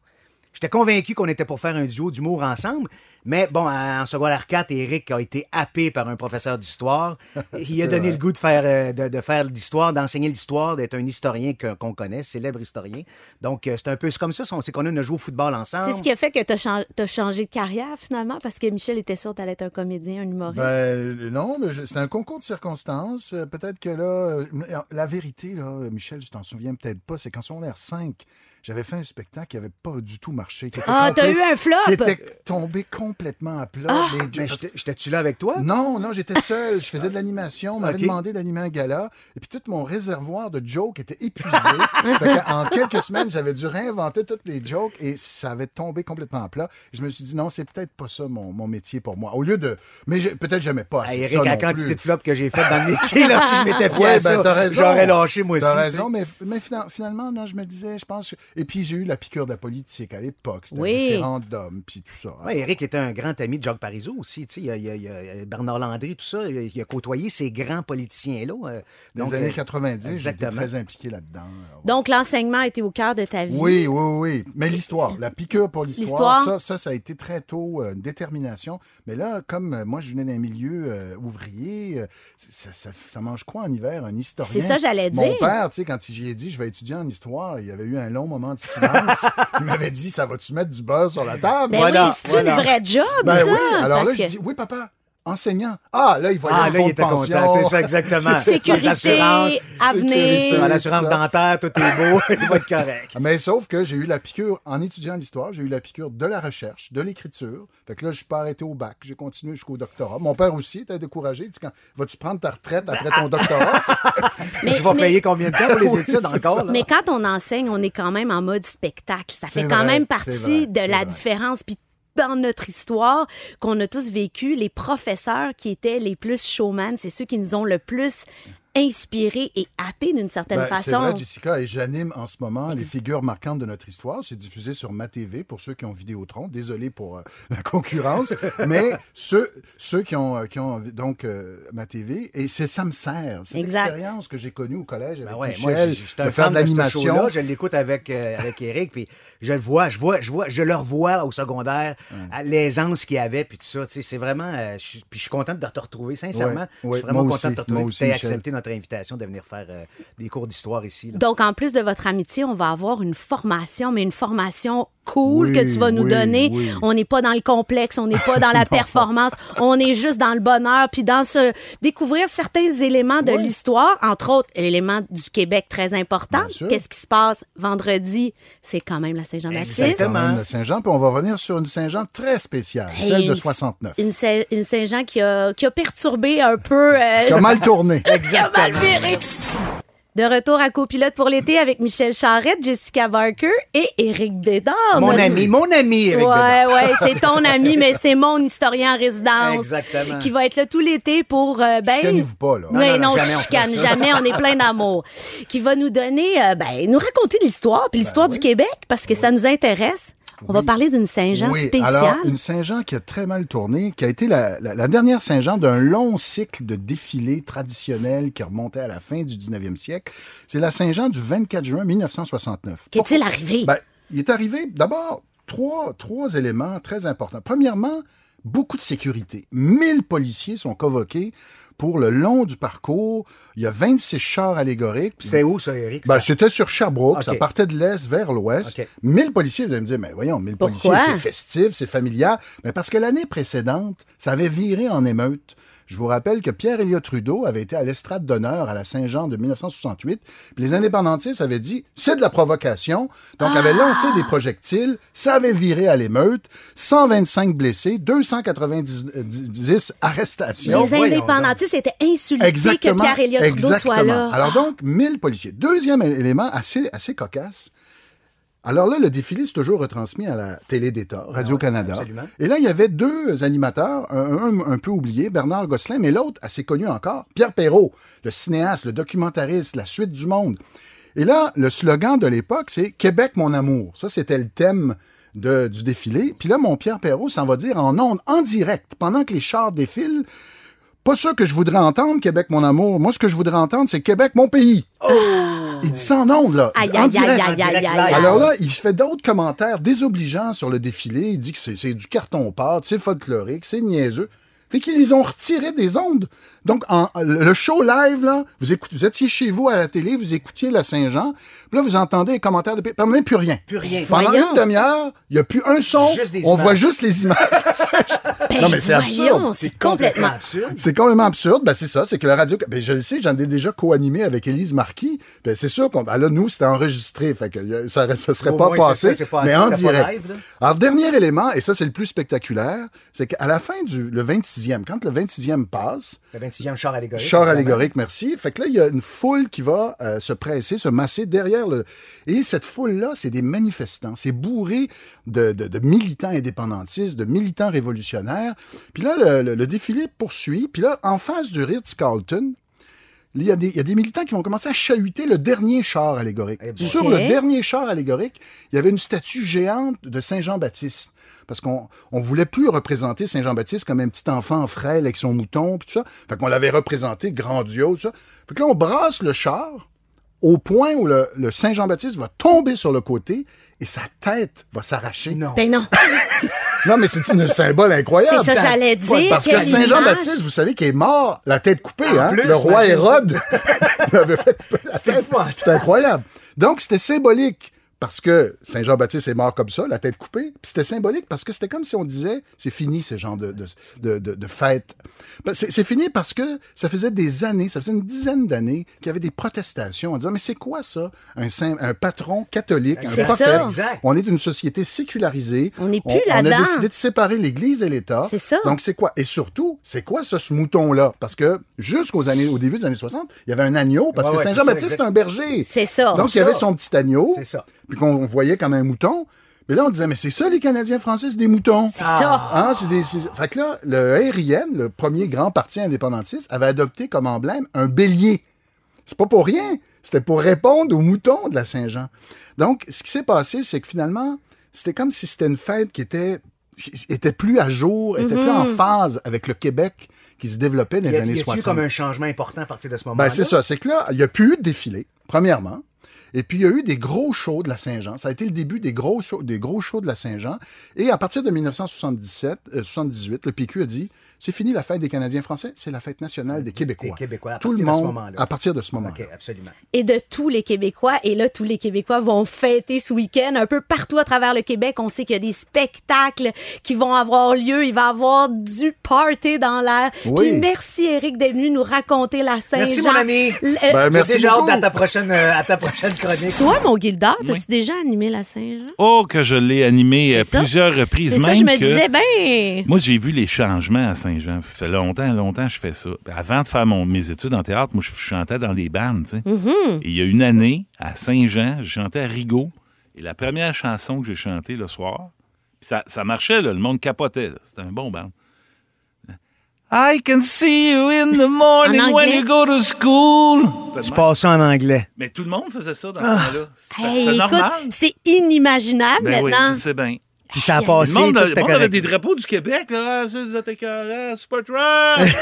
C: J'étais convaincu qu'on était pour faire un duo d'humour ensemble, mais bon, en secondaire 4, Eric a été happé par un professeur
G: <laughs>
C: d'histoire. Il a donné le goût de faire, euh, de, de faire de l'histoire, d'enseigner l'histoire, d'être un historien que- qu'on connaît, célèbre historien. Donc, euh, c'est un peu c'est comme ça, c'est qu'on a joué au football ensemble.
B: C'est ce qui a fait que t'as chan- t'as changé de carrière finalement parce que Michel était sûr d'aller être un comédien, un humoriste.
G: Ben, non, mais je- c'est un concours de circonstances. Euh, Peut-être que là, euh, la vérité, là, Michel, tu t'en souviens peut-être pas, c'est qu'en secondaire 5, j'avais fait un spectacle qui avait pas du tout marché. qui était
B: Ah, t'as
G: complet-
B: eu un flop!
G: Qui était tombé complètement à plat. Les-
C: Mais j'étais- j'étais-tu là avec toi?
G: Non, non, j'étais seul. Je faisais de l'animation. On m'avait
C: Ok.
G: demandé d'animer un gala. Et puis tout mon réservoir de jokes était épuisé. <laughs> Fait que en quelques semaines, j'avais dû réinventer toutes les jokes et ça avait tombé complètement à plat. Je me suis dit, non, c'est peut-être pas ça mon, mon métier pour moi. Au lieu de. Mais je- peut-être j'aimais pas
C: Ah,
G: assez
C: Eric,
G: ça
C: la
G: non
C: quantité
G: plus.
C: de flops que j'ai fait dans le métier, là, si je
G: <laughs>
C: m'étais fié
G: Ouais,
C: à
G: ben,
C: ça,
G: t'as raison.
C: j'aurais lâché moi aussi.
G: T'as
C: tu sais.
G: raison, mais, mais fina- finalement, non, je me disais, je pense que... Et puis j'ai eu la piqûre de la politique à l'époque. C'était
B: Oui.
G: le référendum, puis tout ça. hein.
C: Ouais, Eric était un grand ami de Jacques Parizeau aussi. tu sais, Il y a, il y a- il y a Bernard Landry, tout ça. Il a, il a côtoyé ces grands politiciens-là. euh,
G: Dans
C: donc,
G: les années
C: euh,
G: 90, j'étais
C: exactement.
G: très impliqué là-dedans. Alors,
B: Donc l'enseignement était au cœur de ta vie.
G: Oui, oui, oui. Mais l'histoire, la piqûre pour l'histoire,
B: L'histoire.
G: ça, ça, ça a été très tôt euh, une détermination. Mais là, comme euh, moi, je venais d'un milieu euh, ouvrier, euh, c- ça, ça- ça mange quoi en hiver, un historien?
B: C'est ça, j'allais
G: Mon
B: dire.
G: père, tu sais, quand j'y ai dit, je vais étudier en histoire, il y avait eu un long moment
B: <laughs>
G: de silence. il m'avait dit, ça va-tu mettre du beurre sur la table?
B: Ben
C: Voilà,
B: oui, c'est
C: voilà.
B: une vraie job
G: Ben
B: ça.
G: oui. Alors là,
B: parce
G: je
B: que-
G: dis, oui, papa, enseignant. Ah, là, il voyait
C: Ah,
G: le
C: là,
G: fonds
C: il
G: de
C: était content.
G: pension.
C: C'est ça,
G: <laughs>
C: exactement.
B: Sécurité,
C: L'assurance,
G: sécurité.
B: avenir.
C: Dans l'assurance
G: ça.
C: dentaire, tout est beau, <laughs> il va être correct.
G: Ah, Mais sauf que j'ai eu la piqûre, en étudiant l'histoire, j'ai eu la piqûre de la recherche, de l'écriture. Fait que là, je suis pas arrêté au bac. J'ai continué jusqu'au doctorat. Mon père aussi était découragé. Il dit quand vas-tu prendre ta retraite après ton doctorat?
B: Mais-
C: je vais
B: mais-
C: payer combien de temps pour les
G: <laughs> Oui,
C: études
G: c'est
C: encore?
G: ça.
C: là?
B: Mais quand on enseigne, on est quand même en mode spectacle. Ça
G: C'est
B: fait quand
G: vrai,
B: même
G: c'est vrai,
B: partie de
G: c'est
B: la
G: vrai.
B: différence. Puis dans notre histoire qu'on a tous vécu, les professeurs qui étaient les plus showman, c'est ceux qui nous ont le plus inspirés et happés d'une certaine
G: Ben, C'est
B: façon.
G: vrai, Jessica, et j'anime en ce moment les figures marquantes de notre histoire. C'est diffusé sur ma TV pour ceux qui ont Vidéotron. Désolé pour euh, <laughs> la concurrence, mais ceux, ceux qui ont, euh, qui ont euh, donc euh, ma TV, et c'est ça me sert. C'est
B: Exact.
G: l'expérience que j'ai connue au collège avec
C: Ben ouais, moi,
G: Michel,
C: j- j'étais
G: de
C: un
G: faire
C: fan
G: de
C: de ce
G: l'animation.
C: show-là. Je l'écoute avec, euh, avec Eric, puis je le vois, je vois, je vois, je le revois au secondaire, à l'aisance qu'il avait, puis tout ça. Tu sais, c'est vraiment. euh, je suis- puis je suis contente de te retrouver, sincèrement.
G: Ouais,
C: je
G: ouais,
C: suis vraiment
G: moi
C: content de te
G: aussi,
C: retrouver.
G: moi
C: puis t'aies
G: aussi, Michel.
C: accepté notre invitation de venir faire euh, des cours d'histoire ici. là.
B: Donc, en plus de votre amitié, on va avoir une formation, mais une formation cool
G: Oui,
B: que tu vas nous
G: oui,
B: donner.
G: oui.
B: On n'est pas dans le complexe, on n'est pas
G: <laughs>
B: dans la performance, on est juste dans le bonheur, puis dans ce découvrir certains éléments de l'histoire, entre autres l'élément du Québec très important.
G: Bien sûr.
B: Qu'est-ce qui se passe vendredi? C'est quand même la Saint-Jean-Baptiste.
C: Exactement.
G: Quand même, la Saint-Jean, puis on va revenir sur une Saint-Jean très spéciale,
B: Et
G: celle de
B: une-
G: 69.
B: Une, Saint- une Saint-Jean qui a, qui a perturbé un peu... euh,
G: Qui a mal tourné.
B: qui a mal viré. De retour à Copilote pour l'été avec Michel Charrette, Jessica Barker et Éric Bédard.
C: Mon
B: notre-
C: ami, mon ami, Eric
B: Oh, ben Ouais,
C: Bédard.
B: ouais, c'est ton ami, mais c'est mon historien en résidence.
C: Exactement.
B: Qui va être là tout l'été pour. euh, ben,
G: Chicanez-vous pas, là.
B: Mais non,
C: Non, non, non,
B: je
C: jamais on
B: chicane
C: fait ça.
B: jamais, on est plein d'amour. Qui va nous donner, euh, ben, nous raconter l'histoire,
C: Ben
B: puis l'histoire du Québec, parce que ça nous intéresse. On va parler d'une Saint-Jean
G: oui,
B: spéciale.
G: alors une Saint-Jean qui a très mal tourné, qui a été la, la- la dernière Saint-Jean d'un long cycle de défilés traditionnels qui remontait à la fin du 19e siècle. C'est la Saint-Jean du 24 juin 1969.
B: Qu'est-il arrivé?
G: Ben, il est arrivé d'abord trois, trois éléments très importants. Premièrement, beaucoup de sécurité. 1000 policiers sont convoqués pour le long du parcours. Il y a 26 chars allégoriques. puis
C: C'était où, ça, Eric?
G: ben, c'était sur Sherbrooke,
C: Ok.
G: ça partait de l'est vers l'ouest.
C: Ok.
G: 1000 policiers, vous allez me dire, mais voyons, 1000
B: Pourquoi?
G: policiers, c'est festif, c'est familial. Mais parce que l'année précédente, ça avait viré en émeute. Je vous rappelle que Pierre Elliott Trudeau avait été à l'estrade d'honneur à la Saint-Jean de 1968. Puis les indépendantistes avaient dit c'est de la provocation. Donc avaient
C: Ah!
G: lancé des projectiles, ça avait viré à l'émeute, 125 blessés, 290 arrestations.
B: Les
G: Voyons donc.
B: indépendantistes étaient insultés que Pierre Elliott Trudeau soit
G: exactement.
B: là.
G: Alors donc, 1000 policiers. Deuxième élément assez, assez cocasse. Alors là, le défilé, c'est toujours retransmis à la télé d'État,
B: Ah
G: Radio-Canada.
C: absolument.
G: Et là, il y avait deux animateurs, un, un- un peu oublié, Bernard Gosselin, mais l'autre, assez connu encore, Pierre Perrault, le cinéaste, le documentariste, la suite du monde. Et là, le slogan de l'époque, c'est Québec, mon amour. Ça, c'était le thème de- du défilé. Puis là, mon Pierre Perrault s'en va dire en ondes, en direct, pendant que les chars défilent. Pas ça que je voudrais entendre, Québec, mon amour. Moi, ce que je voudrais entendre, c'est Québec, mon pays. Il dit ça en ondes, là.
B: Oh! Aïe,
G: En
B: aïe, aïe,
G: direct.
B: aïe, aïe, aïe, aïe.
G: Alors là, il se fait d'autres commentaires désobligeants sur le défilé. Il dit que c'est c'est du carton pâte, c'est folklorique, c'est niaiseux. Fait qu'ils les ont retirés des ondes. Donc, en- le show live, là, vous, écoutez, vous étiez chez vous à la télé, vous écoutiez la Saint-Jean, puis là, vous entendez les commentaires de... Puis même plus rien.
C: Plus rien.
G: Pendant
B: Voyons.
G: une demi-heure, il n'y a plus un son,
C: Juste des
G: on
C: images.
G: voit juste les images.
B: Ben,
G: Non, mais c'est
B: voyons,
G: absurde.
B: c'est complètement...
G: C'est complètement absurde. Ben, c'est ça, c'est que la radio. Ben, je le sais, j'en ai déjà co-animé avec Élise Marquis. Ben, c'est sûr qu'on. Ben, là, nous, c'était enregistré. Fait que euh, ça ne serait
C: Au
G: pas
C: moins, c'est
G: passé.
C: ça, c'est pas-
G: mais
C: c'est
G: en
C: pas
G: direct.
C: live, là.
G: Alors, dernier élément, et ça, c'est le plus spectaculaire, c'est qu'à la fin du le 26e, quand le 26e passe,
C: Le 26e char allégorique.
G: Char
C: évidemment.
G: allégorique, merci. Fait que là, il y a une foule qui va euh, se presser, se masser derrière le. Et cette foule-là, c'est des manifestants. C'est bourré de, de- de militants indépendantistes, de militants révolutionnaires. Puis là, le, le- le défilé poursuit. Puis là, en face du Ritz-Carlton, il y, a des, il y a des militants qui vont commencer à chahuter le dernier char allégorique.
C: Eh ben.
G: Sur
B: Ok.
G: le dernier char allégorique, il y avait une statue géante de Saint Jean-Baptiste. Parce qu'on on voulait plus représenter Saint Jean-Baptiste comme un petit enfant frêle avec son mouton, puis tout ça. Fait qu'on l'avait représenté grandiose, tout ça. Fait que là, on brasse le char au point où le, le Saint Jean-Baptiste va tomber sur le côté et sa tête va s'arracher.
C: Non.
B: Ben non.
G: Non, mais c'est un symbole incroyable.
B: C'est ça, j'allais dire,
G: Parce que
B: quelle
G: Saint Jean-Baptiste,
B: image.
G: vous savez qu'il est mort, la tête coupée, hein.
C: plus,
G: le roi
C: imagine.
G: Hérode l'avait fait couper la
C: C'était
G: tête.
C: épouvantable.
G: C'était Ah, incroyable. Donc, c'était symbolique parce que Saint Jean-Baptiste est mort comme ça, la tête coupée. Puis c'était symbolique parce que c'était comme si on disait, c'est fini ces genres de, de, de, de- de fêtes. Ben, C'est c'est fini parce que ça faisait des années, ça faisait une dizaine d'années qu'il y avait des protestations en disant, mais c'est quoi ça? Un, saint, un patron catholique, un
B: C'est
G: prophète.
B: ça.
C: Exact.
G: On est une société sécularisée.
B: On n'est plus
G: On a
B: là-dedans.
G: décidé de séparer l'Église et l'État.
B: C'est ça.
G: Donc, c'est quoi? Et surtout, c'est quoi ce, ce mouton-là? Parce que jusqu'aux années, au début des années 60, il y avait un agneau, parce
C: Ouais,
G: que
C: ouais,
G: Saint-Jean-Baptiste,
C: c'est ça,
G: c'est un berger.
B: C'est ça.
G: Donc, il y
C: ça.
G: avait son petit agneau.
C: C'est ça.
G: Puis qu'on voyait comme un mouton. Mais là, on disait, mais c'est ça, les Canadiens français, c'est des moutons.
B: C'est ça.
G: Hein, c'est des- c'est- Fait que là, le RIN, le premier grand parti indépendantiste, avait adopté comme emblème un bélier. C'est pas pour rien. C'était pour répondre aux moutons de la Saint-Jean. Donc, ce qui s'est passé, c'est que finalement, c'était comme si c'était une fête qui était qui était plus à jour, était plus en
B: Mm-hmm.
G: phase avec le Québec qui se développait dans
C: Il y
G: les
C: a,
G: années
C: il y a eu
G: 60.
C: comme un changement important à partir de ce moment-là.
G: Ben, c'est ça. C'est que là, il n'y a plus eu de défilé, premièrement. Et puis, il y a eu des gros shows de la Saint-Jean. Ça a été le début des gros shows, des gros shows de la Saint-Jean. Et à partir de 1977, euh, 78, le PQ a dit c'est fini la fête des Canadiens français, c'est la fête nationale des Québécois.
C: Des Québécois, à
G: Tout le
C: partir de ce
G: monde,
C: moment-là.
G: à partir de ce moment-là.
C: OK, absolument.
B: Et de tous les Québécois. Et là, tous les Québécois vont fêter ce week-end un peu partout à travers le Québec. On sait qu'il y a des spectacles qui vont avoir lieu. Il va y avoir du party dans l'air.
G: Oui.
B: Puis merci, Eric, d'être venu nous raconter la Saint-Jean.
C: Merci, mon ami.
B: L-
G: Ben,
B: euh,
C: J'ai
G: merci
C: déjà hâte
G: beaucoup.
C: à ta prochaine, euh, à ta prochaine chronique.
B: Toi, mon Gilda, as-tu
F: Oui.
B: déjà animé la Saint-Jean?
F: Oh, que je l'ai animé
B: C'est
F: à
B: ça.
F: plusieurs reprises.
B: C'est ça,
F: même
B: je me
F: que-
B: disais, ben...
F: Moi, j'ai vu les changements à Saint-Jean. Ça fait longtemps, longtemps que je fais ça. Avant de faire mon, mes études en théâtre, moi, je chantais dans des bandes, tu sais.
B: Mm. mhm.
F: Et il y a une année, à Saint-Jean, je chantais à Rigaud. Et la première chanson que j'ai chantée le soir, puis ça, ça marchait, là, le monde capotait. là. C'était un bon band. I can see you in the
B: En
F: morning when
B: anglais?
F: you go to school. C'était
C: Tu
F: de même.
C: passes ça en anglais.
F: Mais tout le monde faisait ça dans ce
C: Ah.
F: temps-là.
G: Ben,
F: C'était
B: Hey,
F: c'était normal.
B: écoute, c'est inimaginable
F: Ben oui,
B: maintenant.
F: je sais bien.
C: Puis ça a
B: Aïe, aïe.
C: passé.
F: Le monde,
C: Ah, tout
F: le
C: était
F: monde avait
C: correct.
F: des drapeaux du Québec, là. Ah, ça, Vous êtes écœurants, Supertramp!
C: <laughs>
F: C'était-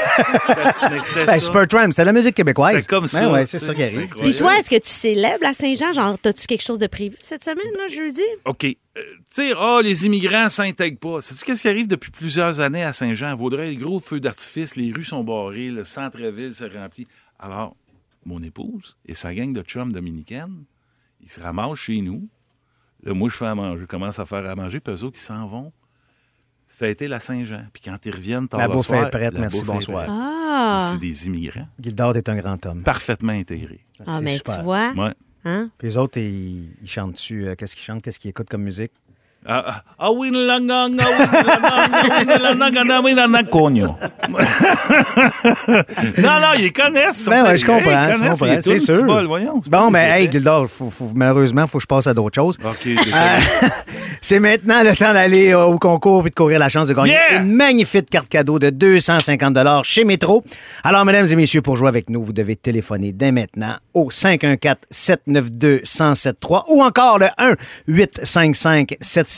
F: mais c'était
C: Ben,
F: ça.
C: Supertramp, c'était la musique québécoise.
F: C'était comme ça,
C: Ben ouais,
F: tu
C: c'est
F: sais,
C: ça qui arrive.
F: c'est
B: Puis toi, est-ce que tu célèbres la Saint-Jean? Genre, t'as-tu quelque chose de prévu cette semaine, là, jeudi?
F: OK. Euh, tu sais, ah, les immigrants s'intègrent pas. Sais-tu qu'est-ce qui arrive depuis plusieurs années à Saint-Jean? À Vaudreuil, gros feu d'artifice, les rues sont barrées, le centre-ville se remplit. Alors, mon épouse et sa gang de chums dominicaines, ils se ramassent chez nous. Là, moi, je fais à manger, je commence à faire à manger, puis eux autres, ils s'en vont fêter la Saint-Jean. Puis quand ils reviennent tard
C: La
F: le
C: bouffe
F: soir,
C: est prête,
F: la
C: merci,
F: bouffe est
C: bonsoir.
F: prête.
B: Ah!
F: C'est des immigrants
C: Gildard est un grand homme.
F: parfaitement intégrés.
B: Ah,
C: C'est
B: mais
C: super.
B: tu vois.
F: Ouais.
B: Hein?
C: Puis les autres, ils, ils chantent-tu? euh, qu'est-ce qu'ils chantent? Qu'est-ce qu'ils écoutent comme musique? Ben
F: Ah, ah, ah oui, la gang, ah oui, la gang, ah oui, la gang, ah oui, la gang, cognon. Non, non, ils connaissent.
C: Ben ouais, je
F: Ils
C: comprends, je
F: connaissent
C: comprends,
F: les tunes,
C: c'est sûr.
F: bol, voyons, c'est
C: Bon,
F: pas
C: mais
F: des
C: hey, Ah,
F: effets.
C: Gildard, faut- faut- malheureusement, il faut que je passe à d'autres choses.
F: OK, désolé.
C: C'est maintenant le temps d'aller euh, au concours et de courir la chance de gagner
F: Yeah!
C: une magnifique carte cadeau de 250 chez Métro. Alors, mesdames et messieurs, pour jouer avec nous, vous devez téléphoner dès maintenant au 514-792-1073 ou encore le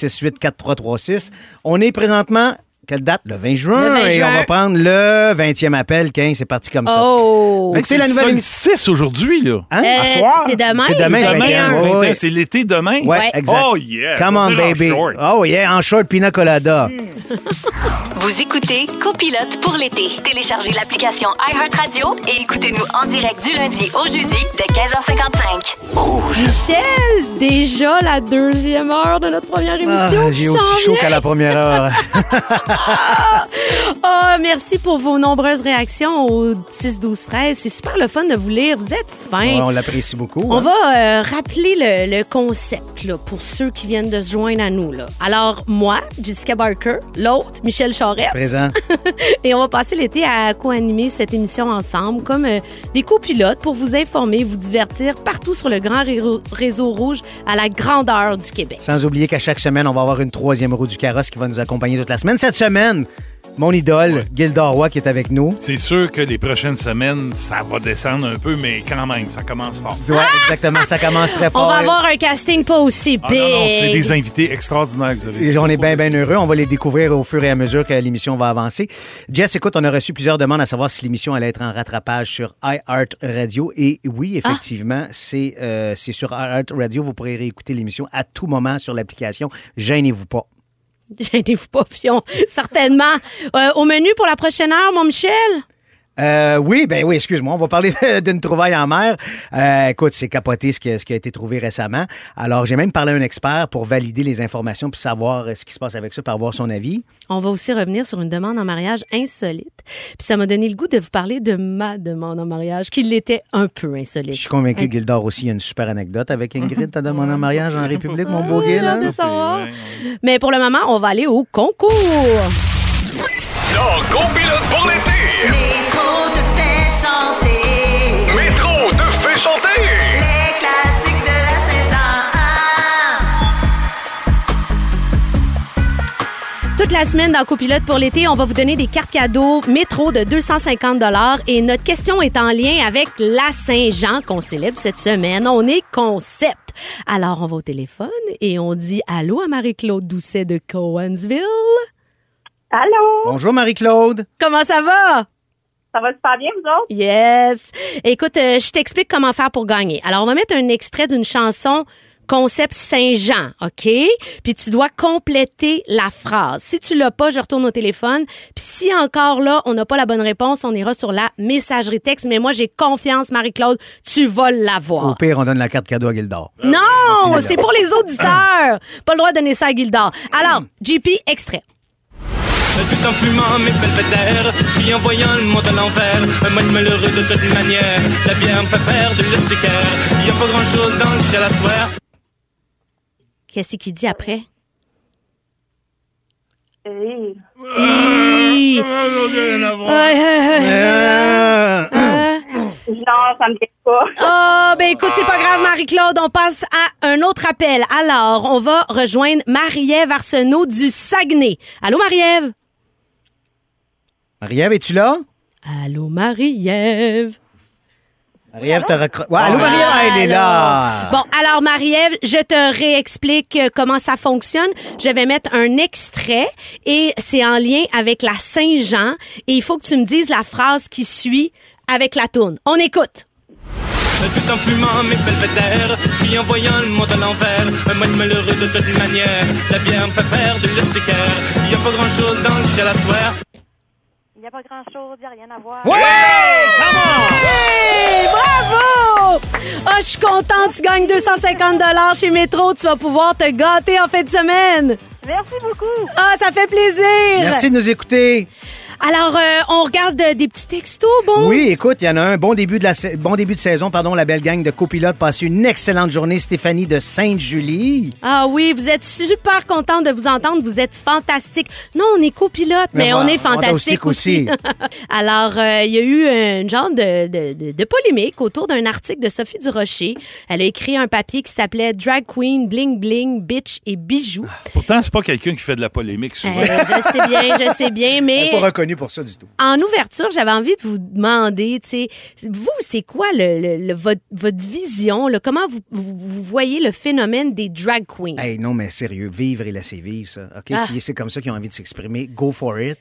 C: 1-855-768-4336. On est présentement... Quelle date? Le 20 juin.
B: Le 20
C: Et on
B: juin.
C: va prendre le 20e appel. 15, c'est parti comme ça.
B: Oh!
C: Fait que c'est la nouvelle émission.
F: 6 aujourd'hui, là.
C: Hein?
B: Euh,
F: soir?
B: c'est demain.
C: C'est demain,
B: le 21.
C: le 21.
F: Vingt et un,
C: ouais.
F: C'est l'été demain?
C: Ouais, exact.
F: Oh, yeah.
C: Come
F: On Ah.
C: on,
F: est en
C: baby.
F: short.
C: Oh, yeah, en short pina colada.
B: Mm.
A: Vous écoutez Copilote pour l'été. Téléchargez l'application iHeartRadio et écoutez-nous en direct du lundi au jeudi de 15h55.
B: Michel, déjà la deuxième heure de notre première
C: Ah,
B: émission. qui
C: J'ai
B: s'en
C: aussi chaud
B: vient.
C: qu'à la
B: <laughs>
C: première heure.
B: Ah, merci pour vos nombreuses réactions au 6, 12, 13. C'est super le fun de vous lire. Vous êtes
C: Ouais,
B: fins.
C: on l'apprécie beaucoup.
B: On
C: hein.
B: va euh, rappeler le, le concept là, pour ceux qui viennent de se joindre à nous. Là. Alors, moi, Jessica Barker, l'autre, Michel Charette,
C: Présent.
B: <laughs> et on va passer l'été à co-animer cette émission ensemble comme euh, des copilotes pour vous informer, vous divertir partout sur le grand réseau- réseau rouge à la grandeur du Québec.
C: Sans oublier qu'à chaque semaine, on va avoir une troisième roue du carrosse qui va nous accompagner toute la semaine. Cette semaine, mon idole, Gildor Roy, qui est avec nous.
F: C'est sûr que les prochaines semaines, ça va descendre un peu, mais quand même, ça commence fort.
C: Ouais, exactement. Ça commence très fort.
B: Ah! On va avoir un casting pas aussi big. <laughs>
F: Ah non, non, c'est des invités extraordinaires que vous avez.
C: Et on est bien, bien heureux. On va les découvrir au fur et à mesure que l'émission va avancer. Jess, écoute, on a reçu plusieurs demandes à savoir si l'émission allait être en rattrapage sur iHeart Radio. Et oui, effectivement, c'est euh, c'est sur iHeart Radio. Vous pourrez réécouter l'émission à tout moment sur l'application. Gênez-vous pas.
B: Gênez-vous pas, pion. Certainement. Euh, au menu pour la prochaine heure, mon Michel?
C: Euh, oui, ben oui, excuse-moi. On va parler <laughs> d'une trouvaille en mer. Euh, écoute, c'est capoté ce, que- ce qui a été trouvé récemment. Alors, j'ai même parlé à un expert pour valider les informations puis savoir euh, ce qui se passe avec ça, pour avoir son avis.
B: On va aussi revenir sur une demande en mariage insolite. Puis ça m'a donné le goût de vous parler de ma demande en mariage, qui l'était un peu
C: Je
B: insolite.
C: suis convaincu que Gildor aussi a une super anecdote avec Ingrid, ta demande en mariage en République, mon beau Gil. hein?
B: de savoir.
F: ouais,
B: Mais pour le moment, on va aller au concours.
H: Non, copilote pour l'été.
I: Métro te fait chanter
H: Métro te fait chanter.
I: les classiques de la Saint-Jean.
B: Toute la semaine dans Copilote pour l'été, on va vous donner des cartes cadeaux métro de 250 et notre question est en lien avec la Saint-Jean qu'on célèbre cette semaine. On est concept. Alors, on va au téléphone et on dit allô à Marie-Claude Doucet de Cowansville.
J: Allô?
C: Bonjour Marie-Claude.
B: Comment ça va?
J: Ça va super bien, vous autres?
B: Yes! Écoute, euh, je t'explique comment faire pour gagner. Alors, on va mettre un extrait d'une chanson concept Saint-Jean, OK? Puis tu dois compléter la phrase. Si tu l'as pas, je retourne au téléphone. Puis si encore là, on n'a pas la bonne réponse, on ira sur la messagerie texte. Mais moi, j'ai confiance, Marie-Claude, tu vas
C: Au
B: l'avoir.
C: pire, on donne la carte cadeau à Gildor.
B: Non! C'est pour les auditeurs! Pas le droit de donner ça à Gildor. Alors, JP, extrait.
K: Tout en fumant mes belvédères Puis en voyant le monde à l'envers Un mode malheureux de toute manière La bière me fait perdre l'urticaire Y'a pas grand chose dans le ciel à soir
B: Qu'est-ce qu'il dit après?
J: Hey.
B: Hi. Aïe, aïe, aïe.
J: Non, ça me vient pas.
B: Oh, ben écoute, c'est pas grave, Marie-Claude. On passe à un autre appel. Alors, on va rejoindre Marie-Ève Arsenault du Saguenay. Allô, Marie-Ève?
C: Marie-Ève, es-tu là?
B: Allô, Marie-Ève?
C: Marie-Ève te raccroche. Ouais, allô Marie-Ève, elle est là.
B: Bon, alors, Marie-Ève, je te réexplique euh, comment ça fonctionne. Je vais mettre un extrait et c'est en lien avec la Saint-Jean. Et il faut que tu me dises la phrase qui suit avec la tourne. On écoute.
K: Tout en fumant mes belvédères Puis en voyant le monde à l'envers Un mode malheureux de toute manière La bière me fait perdre l'urticaire Y'a pas grand chose dans le ciel à soir
J: Il n'y a pas grand-chose, il n'y a rien à voir.
B: Hey, bravo! Ah, je suis contente, tu gagnes 250 chez Métro. Tu vas pouvoir te gâter en fin de semaine.
J: Merci beaucoup.
B: Ah, ça fait plaisir.
C: Merci de nous écouter.
B: Alors, euh, on regarde euh, des petits textos, bon?
C: Oui, écoute, il y en a un. Bon début de, la sa- bon début de saison, pardon, la belle gang de copilotes. Passez une excellente journée, Stéphanie de Sainte-Julie.
B: Ah oui, vous êtes super content de vous entendre. Vous êtes fantastique. Non, on est copilote, mais,
C: Mais
B: on
C: voilà,
B: est fantastique
C: fantastique
B: aussi. <laughs>
C: aussi.
B: Alors, euh, il y a eu une genre de, de- de- de polémique autour d'un article de Sophie Durocher. Elle a écrit un papier qui s'appelait Drag Queen, Bling Bling, Bitch et Bijoux.
F: Pourtant, c'est pas quelqu'un qui fait de la polémique souvent.
B: Euh, je sais bien, je sais
C: <laughs>
B: bien, mais.
C: reconnu Ah, pour ça du tout.
B: En ouverture, j'avais envie de vous demander, tu sais, vous, c'est quoi le, le- le- votre, votre vision, là? comment vous, vous- vous voyez le phénomène des drag queens?
C: Hey, non, mais sérieux, vivre et laisser vivre, ça. OK?
B: Ah.
C: Si c'est comme ça qu'ils ont envie de s'exprimer, go for it.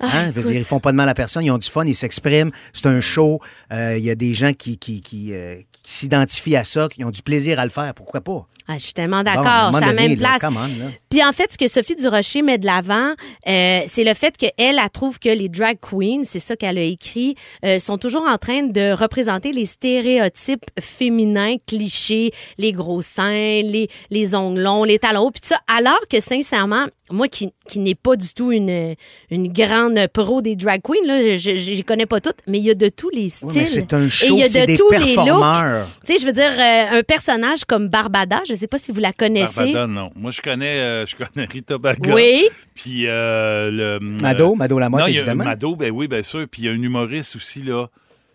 B: Ah,
C: Hein? Je veux
B: écoute.
C: dire, ils font pas de mal à personne, ils ont du fun, ils s'expriment, c'est un show. Euh, Il y a des gens qui, qui, qui, euh, qui s'identifient à ça, qui ont du plaisir à le faire, pourquoi pas?
B: Ah, je suis tellement
C: Bon, à un
B: d'accord, je
C: moment
B: suis à la
C: donné,
B: même
C: là,
B: place.
C: come on, là.
B: Puis en fait, ce que Sophie Durocher met de l'avant, euh, c'est le fait qu'elle, elle elle trouve que les drag queens, c'est ça qu'elle a écrit, euh, sont toujours en train de représenter les stéréotypes féminins, clichés, les gros seins, les, les ongles longs, les talons hauts, puis tout ça. Alors que sincèrement, moi qui, qui n'ai pas du tout une, une grande pro des drag queens, là, je je- je connais pas toutes, mais il y a de tous les styles.
C: Oui, mais c'est un
B: Et
C: show,
B: il y a
C: c'est
B: de
C: des
B: tous les looks.
C: performeurs.
B: Tu sais, je veux dire, euh, un personnage comme Barbada, je ne sais pas si vous la connaissez.
F: Barbada, non. Moi, je connais, euh, je connais Rita Baga.
B: Oui.
F: Puis euh, le.
C: Mado, Mado Lamotte,
F: non, il y a-
C: évidemment.
F: Mado, ben oui, bien sûr. Puis il y a un humoriste aussi, là.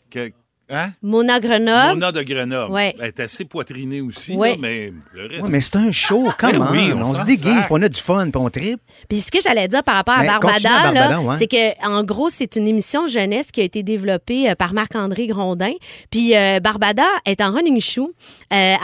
F: que- hein?
B: Mona Grenoble.
F: Mona de Grenoble.
B: Ouais.
F: Elle est assez poitrinée aussi,
B: Ouais.
F: là, mais le reste.
C: Ouais, mais c'est un show,
F: Ben
C: comment?
F: oui, on
C: on
F: s'en
C: se déguise,
F: sert.
C: puis on a du fun, puis on tripe.
B: Puis ce que j'allais dire par rapport à
C: Mais
B: Barbada,
C: continue à Barbada,
B: là,
C: ouais.
B: c'est que en gros, c'est une émission jeunesse qui a été développée euh, par Marc-André Grondin. Puis euh, Barbada est en running shoe. Euh,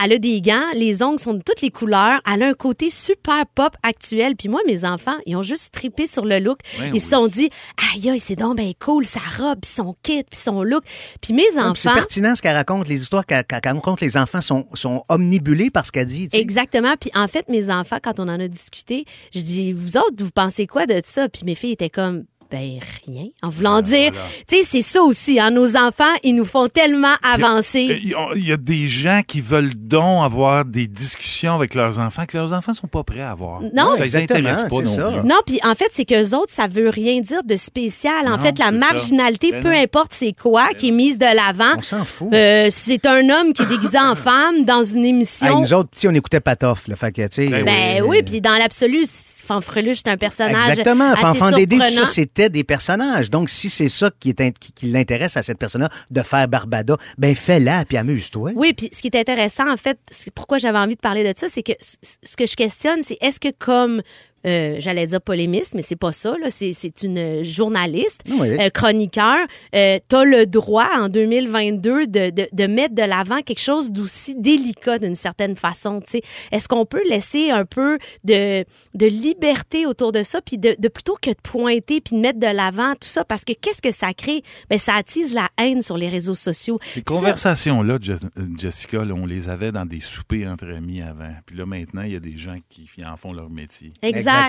B: elle a des gants, les ongles sont de toutes les couleurs. Elle a un côté super pop actuel. Puis moi, mes enfants, ils ont juste trippé sur le look.
L: Ben
B: ils se sont dit, aïe, aïe, c'est donc ben cool, sa robe, puis son kit, puis son look. Puis mes
C: Ouais, Ah, puis C'est
B: enfants...
C: pertinent ce qu'elle raconte. Les histoires qu'elle qu'elle raconte, les enfants sont, sont omnibulés par ce qu'elle dit. tu sais.
B: Exactement. Puis en fait, mes enfants, quand on en a discuté, je dis, vous autres, vous pensez quoi de ça? Puis mes filles étaient comme, ben rien, en voulant dire. Tu sais, c'est ça aussi, hein, nos enfants, ils nous font tellement
F: Euh,
B: avancer.
F: Il y a- il y a des gens qui veulent donc avoir des discussions avec leurs enfants que leurs enfants sont pas prêts à avoir.
B: Non,
F: ça les
C: Exactement,
F: intéresse pas
C: c'est
F: non
C: ça.
F: plus.
B: Non, puis en fait, c'est qu'eux autres, ça veut rien dire de spécial. En
F: Non,
B: fait, la
F: c'est ça.
B: marginalité,
F: Ben
B: peu
F: non.
B: importe c'est quoi, qui est mise de l'avant.
C: On s'en fout.
B: Euh, c'est un homme qui est déguisé en femme dans une émission.
C: Hey, nous autres, petits, on écoutait Patoff. Là, fait que, tu sais,
B: ben
C: euh,
B: oui, puis dans l'absolu, Fanfreluche, c'est un personnage
C: Exactement.
B: assez
C: Fanfan Dédé, tout
B: surprenant.
C: ça, c'était des personnages. Donc, si c'est ça qui, est int- qui, qui l'intéresse à cette personne-là, de faire Barbada, ben fais-la, puis amuse-toi.
B: Oui, puis ce qui est intéressant, en fait, c'est pourquoi j'avais envie de parler de ça, c'est que c- ce que je questionne, c'est est-ce que comme, euh, j'allais dire polémiste, mais c'est pas ça, là, c'est, c'est une journaliste,
C: Ah
L: Oui.
B: euh, chroniqueur, euh, t'as le droit en 2022 de, de, de mettre de l'avant quelque chose d'aussi délicat d'une certaine façon, tu sais. Est-ce qu'on peut laisser un peu de, de liberté autour de ça, puis de, de plutôt que de pointer, puis de mettre de l'avant, tout ça, parce que qu'est-ce que ça crée? Ben, ça attise la haine sur les réseaux sociaux.
F: Ces
B: Puis ça-
F: conversations-là, Je- euh, Jessica, là, on les avait dans des soupers entre amis avant. Puis là, maintenant, il y a des gens qui qui en font leur métier.
B: Exact.
F: ça.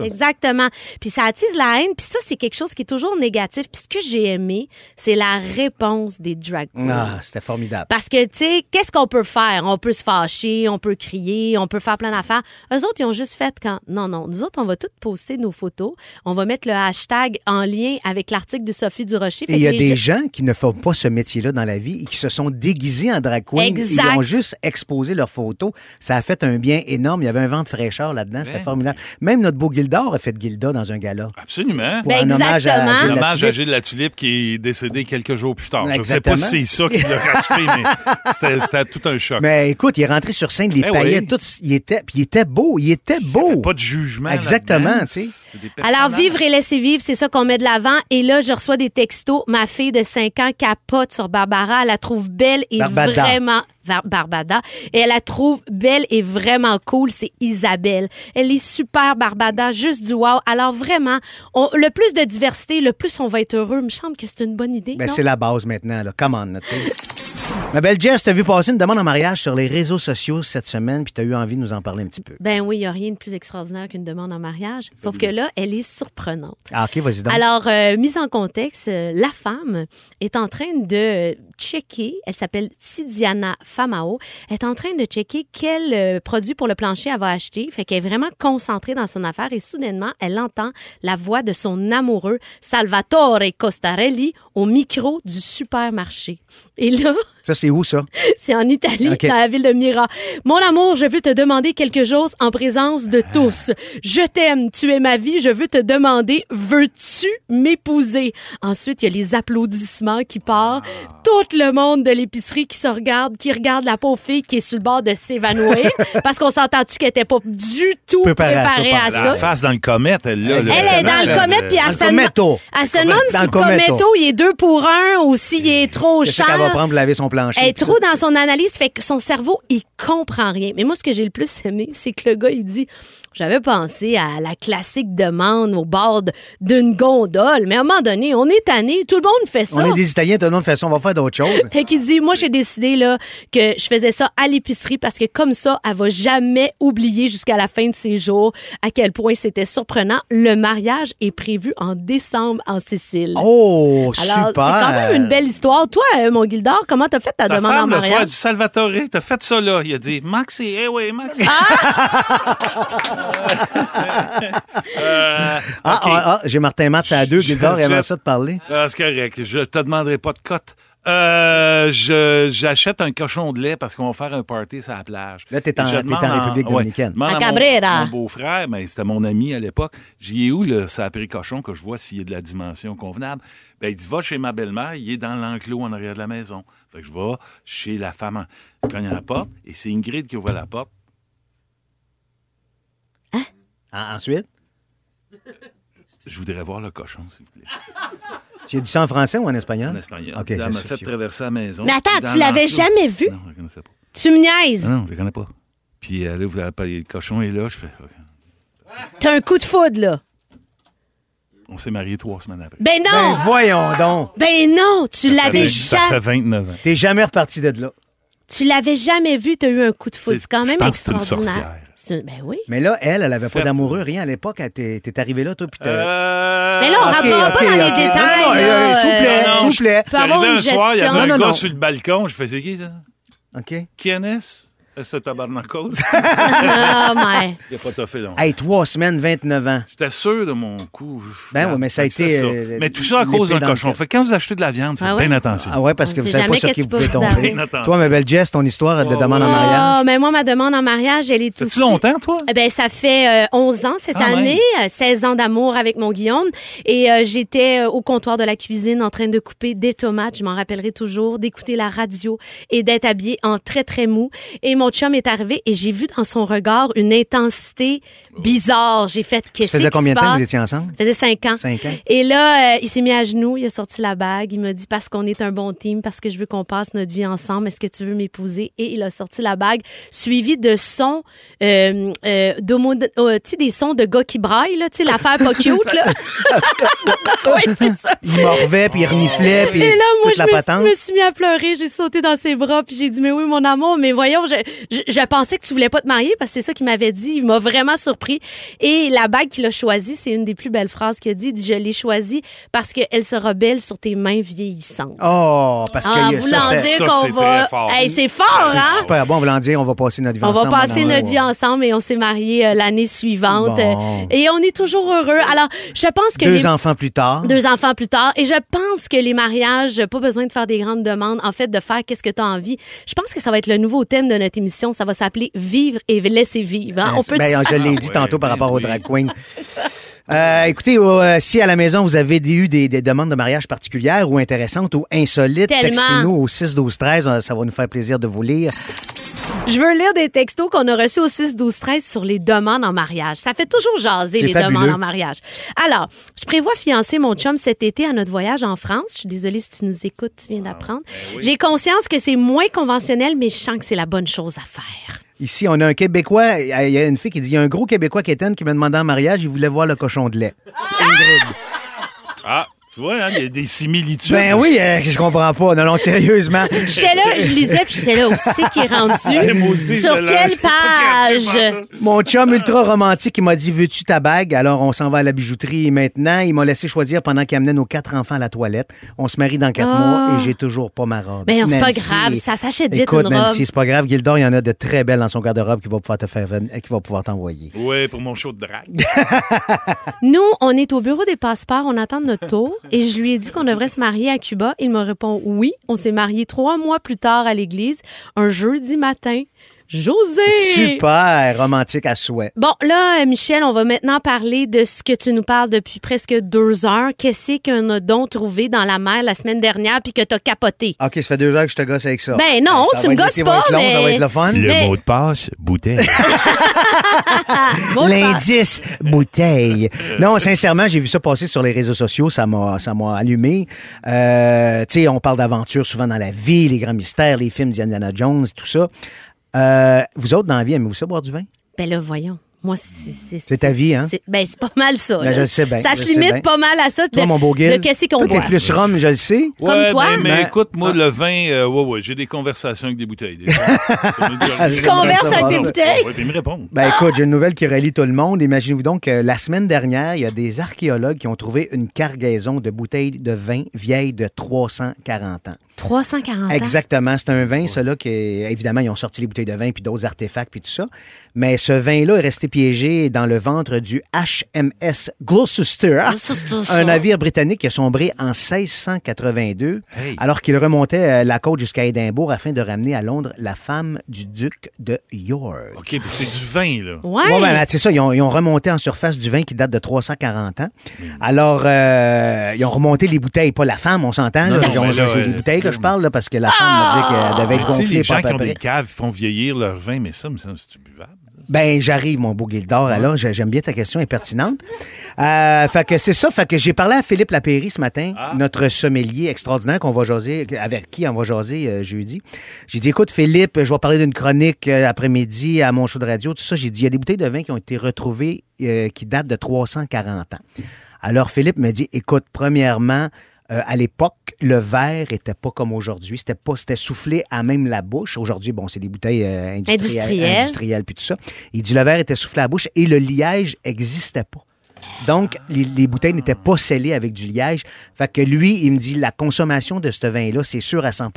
B: Exactement. Puis ça attise la haine. Puis ça, c'est quelque chose qui est toujours négatif. Puis ce que j'ai aimé, c'est la réponse des drag queens.
C: Ah, c'était formidable.
B: Parce que, tu sais, qu'est-ce qu'on peut faire? On peut se fâcher, on peut crier, on peut faire plein d'affaires. Eux autres, ils ont juste fait quand. Non, non. Nous autres, on va toutes poster nos photos. On va mettre le hashtag en lien avec l'article de Sophie Durocher. Fait
C: Et il y a
B: que les
C: des
B: gens-
C: gens qui ne font pas ce métier-là dans la vie et qui se sont déguisés en drag queen.
B: Exact.
C: Ils ont juste exposé leurs photos. Ça a fait un bien énorme. Il y avait un vent de fraîcheur là-dedans. C'était
F: Ben
C: formidable. Même notre beau Gildor a fait Gilda dans un gala.
F: Absolument.
C: Pour Ben, un hommage à exactement. Gilles
F: Un
C: de la
F: hommage à
C: Tulipe.
F: Gilles de la Tulipe qui est décédé quelques jours plus tard. Je ne sais
C: Exactement.
F: pas si c'est ça qui l'a racheté,
B: <laughs>
F: mais c'était- c'était tout un choc.
C: Mais écoute, il est rentré sur scène, les
F: Ben
C: paillettes,
F: oui.
C: tout, il était, puis il était beau, il était beau.
F: Pas de jugement.
C: oh! Exactement,
F: là-dedans.
C: tu sais.
F: C'est des
B: Alors,
F: personnages.
B: vivre et laisser vivre, c'est ça qu'on met de l'avant. Et là, je reçois des textos. Ma fille de 5 ans capote sur Barbara. Elle la trouve belle et
L: Barbada.
B: vraiment... Var- Barbada. Et elle la trouve belle et vraiment cool. C'est Isabelle. Elle est super, Barbada. Juste du wow. Alors, vraiment, on- le plus de diversité, le plus on va être heureux. Il me semble que c'est une bonne idée.
C: Ben,
B: non?
C: c'est la base maintenant, là. Come on, là, tu sais. Ma belle Jess, t'as vu passer une demande en mariage sur les réseaux sociaux cette semaine, puis t'as eu envie de nous en parler un petit peu.
B: Ben oui, il n'y a rien de plus extraordinaire qu'une demande en mariage. Sauf que là, elle est surprenante.
C: Ah, OK, vas-y donc.
B: Alors, euh, mise en contexte, euh, la femme est en train de checker, elle s'appelle Tidiana Famao, elle est en train de checker quel euh, produit pour le plancher elle va acheter. Fait qu'elle est vraiment concentrée dans son affaire et soudainement, elle entend la voix de son amoureux, Salvatore Costarelli, au micro du supermarché. Et là,
C: Ça, c'est où, ça?
B: c'est en Italie,
C: OK.
B: dans la ville de Mira. Mon amour, je veux te demander quelque chose en présence de tous. Je t'aime, tu es ma vie, je veux te demander, veux-tu m'épouser? Ensuite, il y a les applaudissements qui partent. Tout le monde de l'épicerie qui se regarde, qui regarde la pauvre fille qui est sur le bord de <laughs> s'évanouir. parce qu'on s'entend-tu qu'elle était pas du tout préparée, à ça?
F: La face dans le comète, elle là,
B: Elle
F: là,
B: est dans le
F: là,
B: comète,
F: là.
B: puis elle se demande elle se demande si
C: Dans
B: le
C: le cometto.
B: cometto, il est deux pour un ou s'il est trop
C: Qu'est-ce
B: cher.
C: qu'elle va prendre pour laver son plancher?
B: Elle est trop dans son analyse, fait que son cerveau, il comprend rien. Mais moi, ce que j'ai le plus <laughs> aimé, c'est que le gars, il dit J'avais pensé à la classique demande au bord de- d'une gondole, mais à un moment donné, on est tanné, tout le monde fait ça.
C: On est des Italiens, t'as une autre façon, on va faire d'autres choses.
B: Fait qu'il dit, moi, j'ai décidé là, que je faisais ça à l'épicerie parce que comme ça, elle va jamais oublier jusqu'à la fin de ses jours à quel point c'était surprenant. Le mariage est prévu en décembre en Sicile.
C: Oh,
B: Alors,
C: super!
B: c'est quand même une belle histoire. Toi, euh, mon Gildor, comment t'as fait ta
F: Sa
B: demande en
F: femme, le soir,
B: mariage?
F: du Salvatore, t'as fait ça là. Il a dit, Maxi, eh oui, Maxi.
B: Ah!
F: <laughs> Euh,
C: Ah,
F: OK.
C: ah, ah, j'ai Martin Matz à deux, Gildor, il aimerait ça de parler.
F: Ah, c'est correct. Je te demanderai pas de cote. Euh, je- J'achète un cochon de lait parce qu'on va faire un party sur la plage.
C: Là, t'es en-
F: Et je
C: t'es en
F: demande
C: République dominicaine.
F: je demande
B: À
F: mon-
B: Cabrera.
F: Mon, beau-frère, ben, c'était mon ami à l'époque. J'y ai où le sapré cochon que je vois s'il est de la dimension convenable? Ben, il dit, va chez ma belle-mère, il est dans l'enclos en arrière de la maison. Fait que je vais chez la femme. en- Je cogne à la porte et c'est Ingrid qui ouvre la porte.
C: Ah, ensuite,
F: Je voudrais voir le cochon, s'il vous plaît.
C: tu as dit ça en français ou en espagnol?
F: En espagnol.
C: OK,
F: Elle
C: je
F: m'a
C: sais.
F: fait traverser la maison.
B: Mais attends,
F: Dans
B: tu l'avais
F: l'enclos.
B: jamais vu?
F: Non, je la connaissais pas.
B: Tu me niaises.
F: Ah Non, je les connais pas. Puis euh, là, vous avez parlé le cochon et là, je fais. OK.
B: T'as un coup de foudre, là.
F: On s'est mariés trois semaines après.
B: Ben
C: Ben
B: non!
C: voyons donc!
B: Ben, non! Tu
F: Ça
B: l'avais
F: fait- Ça fait
B: jamais,
F: 29 ans.
C: T'es jamais reparti de là.
B: tu l'avais jamais vu, t'as eu un coup de foudre.
F: C'est-
B: C'est quand
F: je
B: même
F: pense que c'est une
B: extraordinaire.
F: sorcière.
B: C'est une- Ben oui.
C: Mais là, elle, elle avait pas
F: Fait-
C: d'amoureux, rien à l'époque. Elle T'es t'es arrivé là, toi, puis t'as...
F: Euh,
B: Mais là, on
C: OK,
B: rentrera
C: OK,
B: pas dans
C: OK.
B: les détails.
C: Non, non, non,
B: là,
C: euh, s'il vous plaît,
B: euh,
C: s'il vous plaît.
B: je peux avoir
F: un
B: une
F: soir, il y avait
B: gestion.
F: un
C: Non, non,
F: gars
C: non.
F: sur le balcon. Je faisais qui, ça?
C: OK.
F: Qui en est-ce? Est-ce que tabarnakos?
B: <laughs> Ah, mais.
F: il a pas toffé, non.
C: Hey, trois semaines, 29 ans.
F: J'étais sûr de mon coup.
C: Ben oui, mais ça a
F: Fait que
C: été,
F: c'est
C: euh,
F: mais tout ça à
C: l'épée
F: cause d'un
C: dans le
F: cochon.
C: cœur.
F: Fait que quand vous achetez de la viande, faites
B: Ah ouais?
F: bien attention.
C: Ah ouais, parce que
B: On
C: vous
B: sait
C: savez pas
B: jamais
C: sur
B: qu'est-ce
C: qui vous
B: qui peut
C: pouvez
B: vous
C: tomber.
B: arriver.
F: Bien attention.
C: Toi, ma belle Jess, ton histoire de
F: Oh,
C: demande en
F: ouais.
C: mariage.
B: Ah, mais moi, ma demande en mariage, elle est
F: T'as-tu
B: aussi...
F: longtemps, toi?
B: Eh Ben, ça fait euh, 11 ans cette
F: Quand
C: Ah,
F: même.
B: année, euh, 16 ans d'amour avec mon Guillaume. Et euh, j'étais euh, au comptoir de la cuisine en train de couper des tomates, je m'en rappellerai toujours, d'écouter la radio et d'être habillée en très, très mou. Et mon chum est arrivé et j'ai vu dans son regard une intensité bizarre. J'ai fait
C: Oh. Ça
B: qu'est-ce
C: faisait
B: qui
C: combien
B: se
C: de temps que
B: passe? Hein?
C: vous étiez ensemble?
B: Ça faisait 5 ans.
C: Cinq ans.
B: Et là, euh, il s'est mis à genoux, il a sorti la bague, il m'a dit parce qu'on est un bon team, parce que je veux qu'on passe notre vie ensemble, est-ce que tu veux m'épouser Et il a sorti la bague, suivi de sons, euh, euh, d'homo- euh, tu sais, des sons de gars qui braillent, là, tu sais, l'affaire pas cute, là. oui, c'est ça.
C: Il morvait, puis il reniflait, puis
B: Oh. Et là, moi,
C: toute
B: je
C: la
B: me,
C: patente.
B: suis- me suis mis à pleurer, j'ai sauté dans ses bras, puis j'ai dit, mais oui, mon amour, mais voyons, je, je, je pensais que tu voulais pas te marier, parce que c'est ça qu'il m'avait dit, il m'a vraiment surpris. Et la bague qu'il a choisie, c'est une des plus belles phrases qu'il a dit, il dit, je l'ai choisie parce qu'elle sera belle sur tes mains vieillissantes.
C: Oh, parce que
B: Ah, en
C: il y a-
B: voulant
C: ça, c'était-
B: dire
F: ça,
B: qu'on
F: c'est
B: va...
F: très fort.
B: Hey, c'est fort,
C: c'est
B: hein?
C: super bon. Voulant dire, on va passer notre vie
B: On
C: ensemble.
B: va passer
C: dans un
B: notre vie
C: mois.
B: ensemble et on s'est mariés euh, l'année suivante.
C: Bon.
B: Euh, Et on est toujours heureux. Alors, je pense que
C: Deux
B: les-
C: enfants plus tard.
B: deux enfants plus tard. Et je pense que les mariages, pas besoin de faire des grandes demandes. En fait, de faire qu'est-ce que tu as envie. Je pense que ça va être le nouveau thème de notre émission. Ça va s'appeler Vivre et laisser vivre. hein.
C: Ben,
B: On peut
C: ben, je l'ai
F: Ah
C: dit
F: ouais,
C: tantôt par
F: ben
C: rapport au
F: oui.
C: drag queen. Euh, écoutez, euh, si à la maison vous avez des- eu des, des demandes de mariage particulières ou intéressantes ou insolites,
B: Tellement.
C: textez-nous au 6 12 13, euh, ça va nous faire plaisir de vous lire.
B: Ah, Je veux lire des textos qu'on a reçus au 6 12 13 sur les demandes en mariage. Ça fait toujours jaser
C: C'est
B: les
C: fabuleux.
B: demandes en mariage. Alors, je prévois fiancer mon chum cet été à notre voyage en France. Je suis désolée si tu nous écoutes, tu
C: Ah,
B: viens d'apprendre.
C: ben
B: J'ai conscience que c'est moins conventionnel, mais je sens que c'est la bonne chose à faire.
C: Ici, on a un Québécois, il y a il y a une fille qui dit, il y a un gros Québécois qui est qui m'a demandé en mariage, il voulait voir le cochon de lait.
F: Ah, Tu vois, hein, il y a des similitudes.
C: Ben
F: <laughs>
C: oui, euh, je comprends pas. Non, non, sérieusement.
B: J'étais là, je lisais, puis j'étais là, où c'est qu'il est
C: Ouais,
B: rendu?
C: <laughs> moi aussi,
B: Sur
C: j'étais là,
B: quelle
C: j'ai pas
F: <laughs>
B: page?
C: Mon chum ultra romantique, il m'a dit Veux-tu ta bague Alors, on s'en va à la bijouterie maintenant. Il m'a laissé choisir pendant qu'il amenait nos quatre enfants à la toilette. On se marie dans quatre
B: Ah.
C: mois et j'ai toujours pas ma robe.
B: Ben non, c'est pas
C: Nancy,
B: grave, ça s'achète vite,
C: Écoute,
B: une robe.
C: Nancy, c'est pas grave. Gildor, il y en a de très belles dans son garde-robe qui va pouvoir te faire ven- euh, qui va pouvoir t'envoyer.
F: Oui, pour mon show de drague.
B: Nous, on est au bureau des passeports, on attend notre tour, et je lui ai dit qu'on devrait se marier à Cuba. Il me répond oui. On s'est mariés trois mois plus tard à l'église, un jeudi matin. José!
C: Super romantique à souhait.
B: Bon, là, euh, Michel, on va maintenant parler de ce que tu nous parles depuis presque deux heures. Qu'est-ce qu'un odon trouvé dans la mer la semaine dernière puis que t'as capoté?
C: OK, ça fait deux heures que je te gosse avec ça. Euh,
B: Ben non, tu
C: Ça va
B: me
C: être-
B: gosses
C: ça va
B: pas,
C: être long, Ça va
B: mais-
C: être le fun.
B: Le Mais- mot
L: de passe,
B: <laughs>
L: bouteille.
B: Bon,
C: L'indice
B: <laughs>
C: bouteille. Non, sincèrement, j'ai vu ça passer sur les réseaux sociaux, ça m'a, ça m'a allumé. Euh, tu sais, on parle d'aventure souvent dans la vie, les grands mystères, les films d'Indiana Jones, tout ça. Euh, vous autres dans la vie, aimez-vous ça boire du vin
B: Ben là, voyons. Moi, c'est- c'est.
C: C'est ta vie, hein?
B: c'est- Ben, c'est pas mal ça.
C: Ben,
B: là.
C: je le sais bien,
B: Ça
C: je
B: se
C: le sais bien.
B: limite pas mal à ça. De,
C: Toi, mon beau Guil,
B: de qu'est-ce qu'on
C: toi, t'es
B: boit.
C: plus rhum, je le sais.
F: Ouais,
B: toi?
F: Mais, mais
C: Hein?
B: Ben,
F: écoute, moi,
C: Ah.
F: le vin, euh, ouais, ouais, j'ai des conversations avec des bouteilles. Des
C: <laughs> Ah, Tu converses avec des bouteilles?
F: Oui, puis ils me répondent.
C: Ben
B: Ah!
C: écoute, j'ai une nouvelle qui relie tout le monde. Imaginez-vous donc que la semaine dernière, il y a des archéologues qui ont trouvé une cargaison de bouteilles de vin vieilles de 340 ans.
B: 340 ans.
C: Exactement. C'est un vin, ceux-là, qui est- évidemment, ils ont sorti les bouteilles de vin puis d'autres artefacts puis tout ça. Mais ce vin-là est resté piégé dans le ventre du HMS Gloucester, Ah!
M: Gloucester.
C: un navire britannique qui a sombré en 1682,
M: Hey.
C: alors qu'il remontait euh, la côte jusqu'à Édimbourg afin de ramener à Londres la femme du duc de York.
F: OK, puis c'est du vin, là.
C: Ouais, ben, ben, c'est ça. Ils ont, ils ont remonté en surface du vin qui date de 340 ans.
F: Hmm.
C: Alors, euh, ils ont remonté les bouteilles, pas la femme, on s'entend.
F: Non,
C: là.
F: non,
C: Ils ont-
F: mais là,
C: c'est les
F: euh,
C: bouteilles que je parle, là, parce que la femme m'a dit qu'elle devait être
F: Mais Ah, tu sais,
C: gonflée.
F: les
C: pas
F: gens
C: à peu
F: qui ont
C: près.
F: des caves font vieillir leur vin, mais ça, me semble, c'est buvable.
C: Ben, j'arrive, mon beau Gildor. Alors, j'ai- j'aime bien ta question, est pertinente. Euh, fait que c'est ça. Fait que j'ai parlé à Philippe Lapéry ce matin, notre sommelier extraordinaire qu'on va jaser, avec qui on va jaser euh, jeudi. J'ai dit, écoute, Philippe, je vais parler d'une chronique euh, après-midi à mon show de radio, tout ça. J'ai dit, il y a des bouteilles de vin qui ont été retrouvées euh, qui datent de 340 ans. Alors, Philippe me dit, écoute, premièrement, euh, à l'époque, le verre était pas comme aujourd'hui. C'était pas, c'était soufflé à même la bouche. Aujourd'hui, bon, c'est des bouteilles euh, industrielles,
B: Industrielles.
C: industrielles, puis tout ça. Il dit le verre était soufflé à la bouche et le liège n'existait pas. Donc, les, les bouteilles n'étaient pas scellées avec du liège. Fait que lui, il me dit, la consommation de ce vin-là, c'est sûr à 100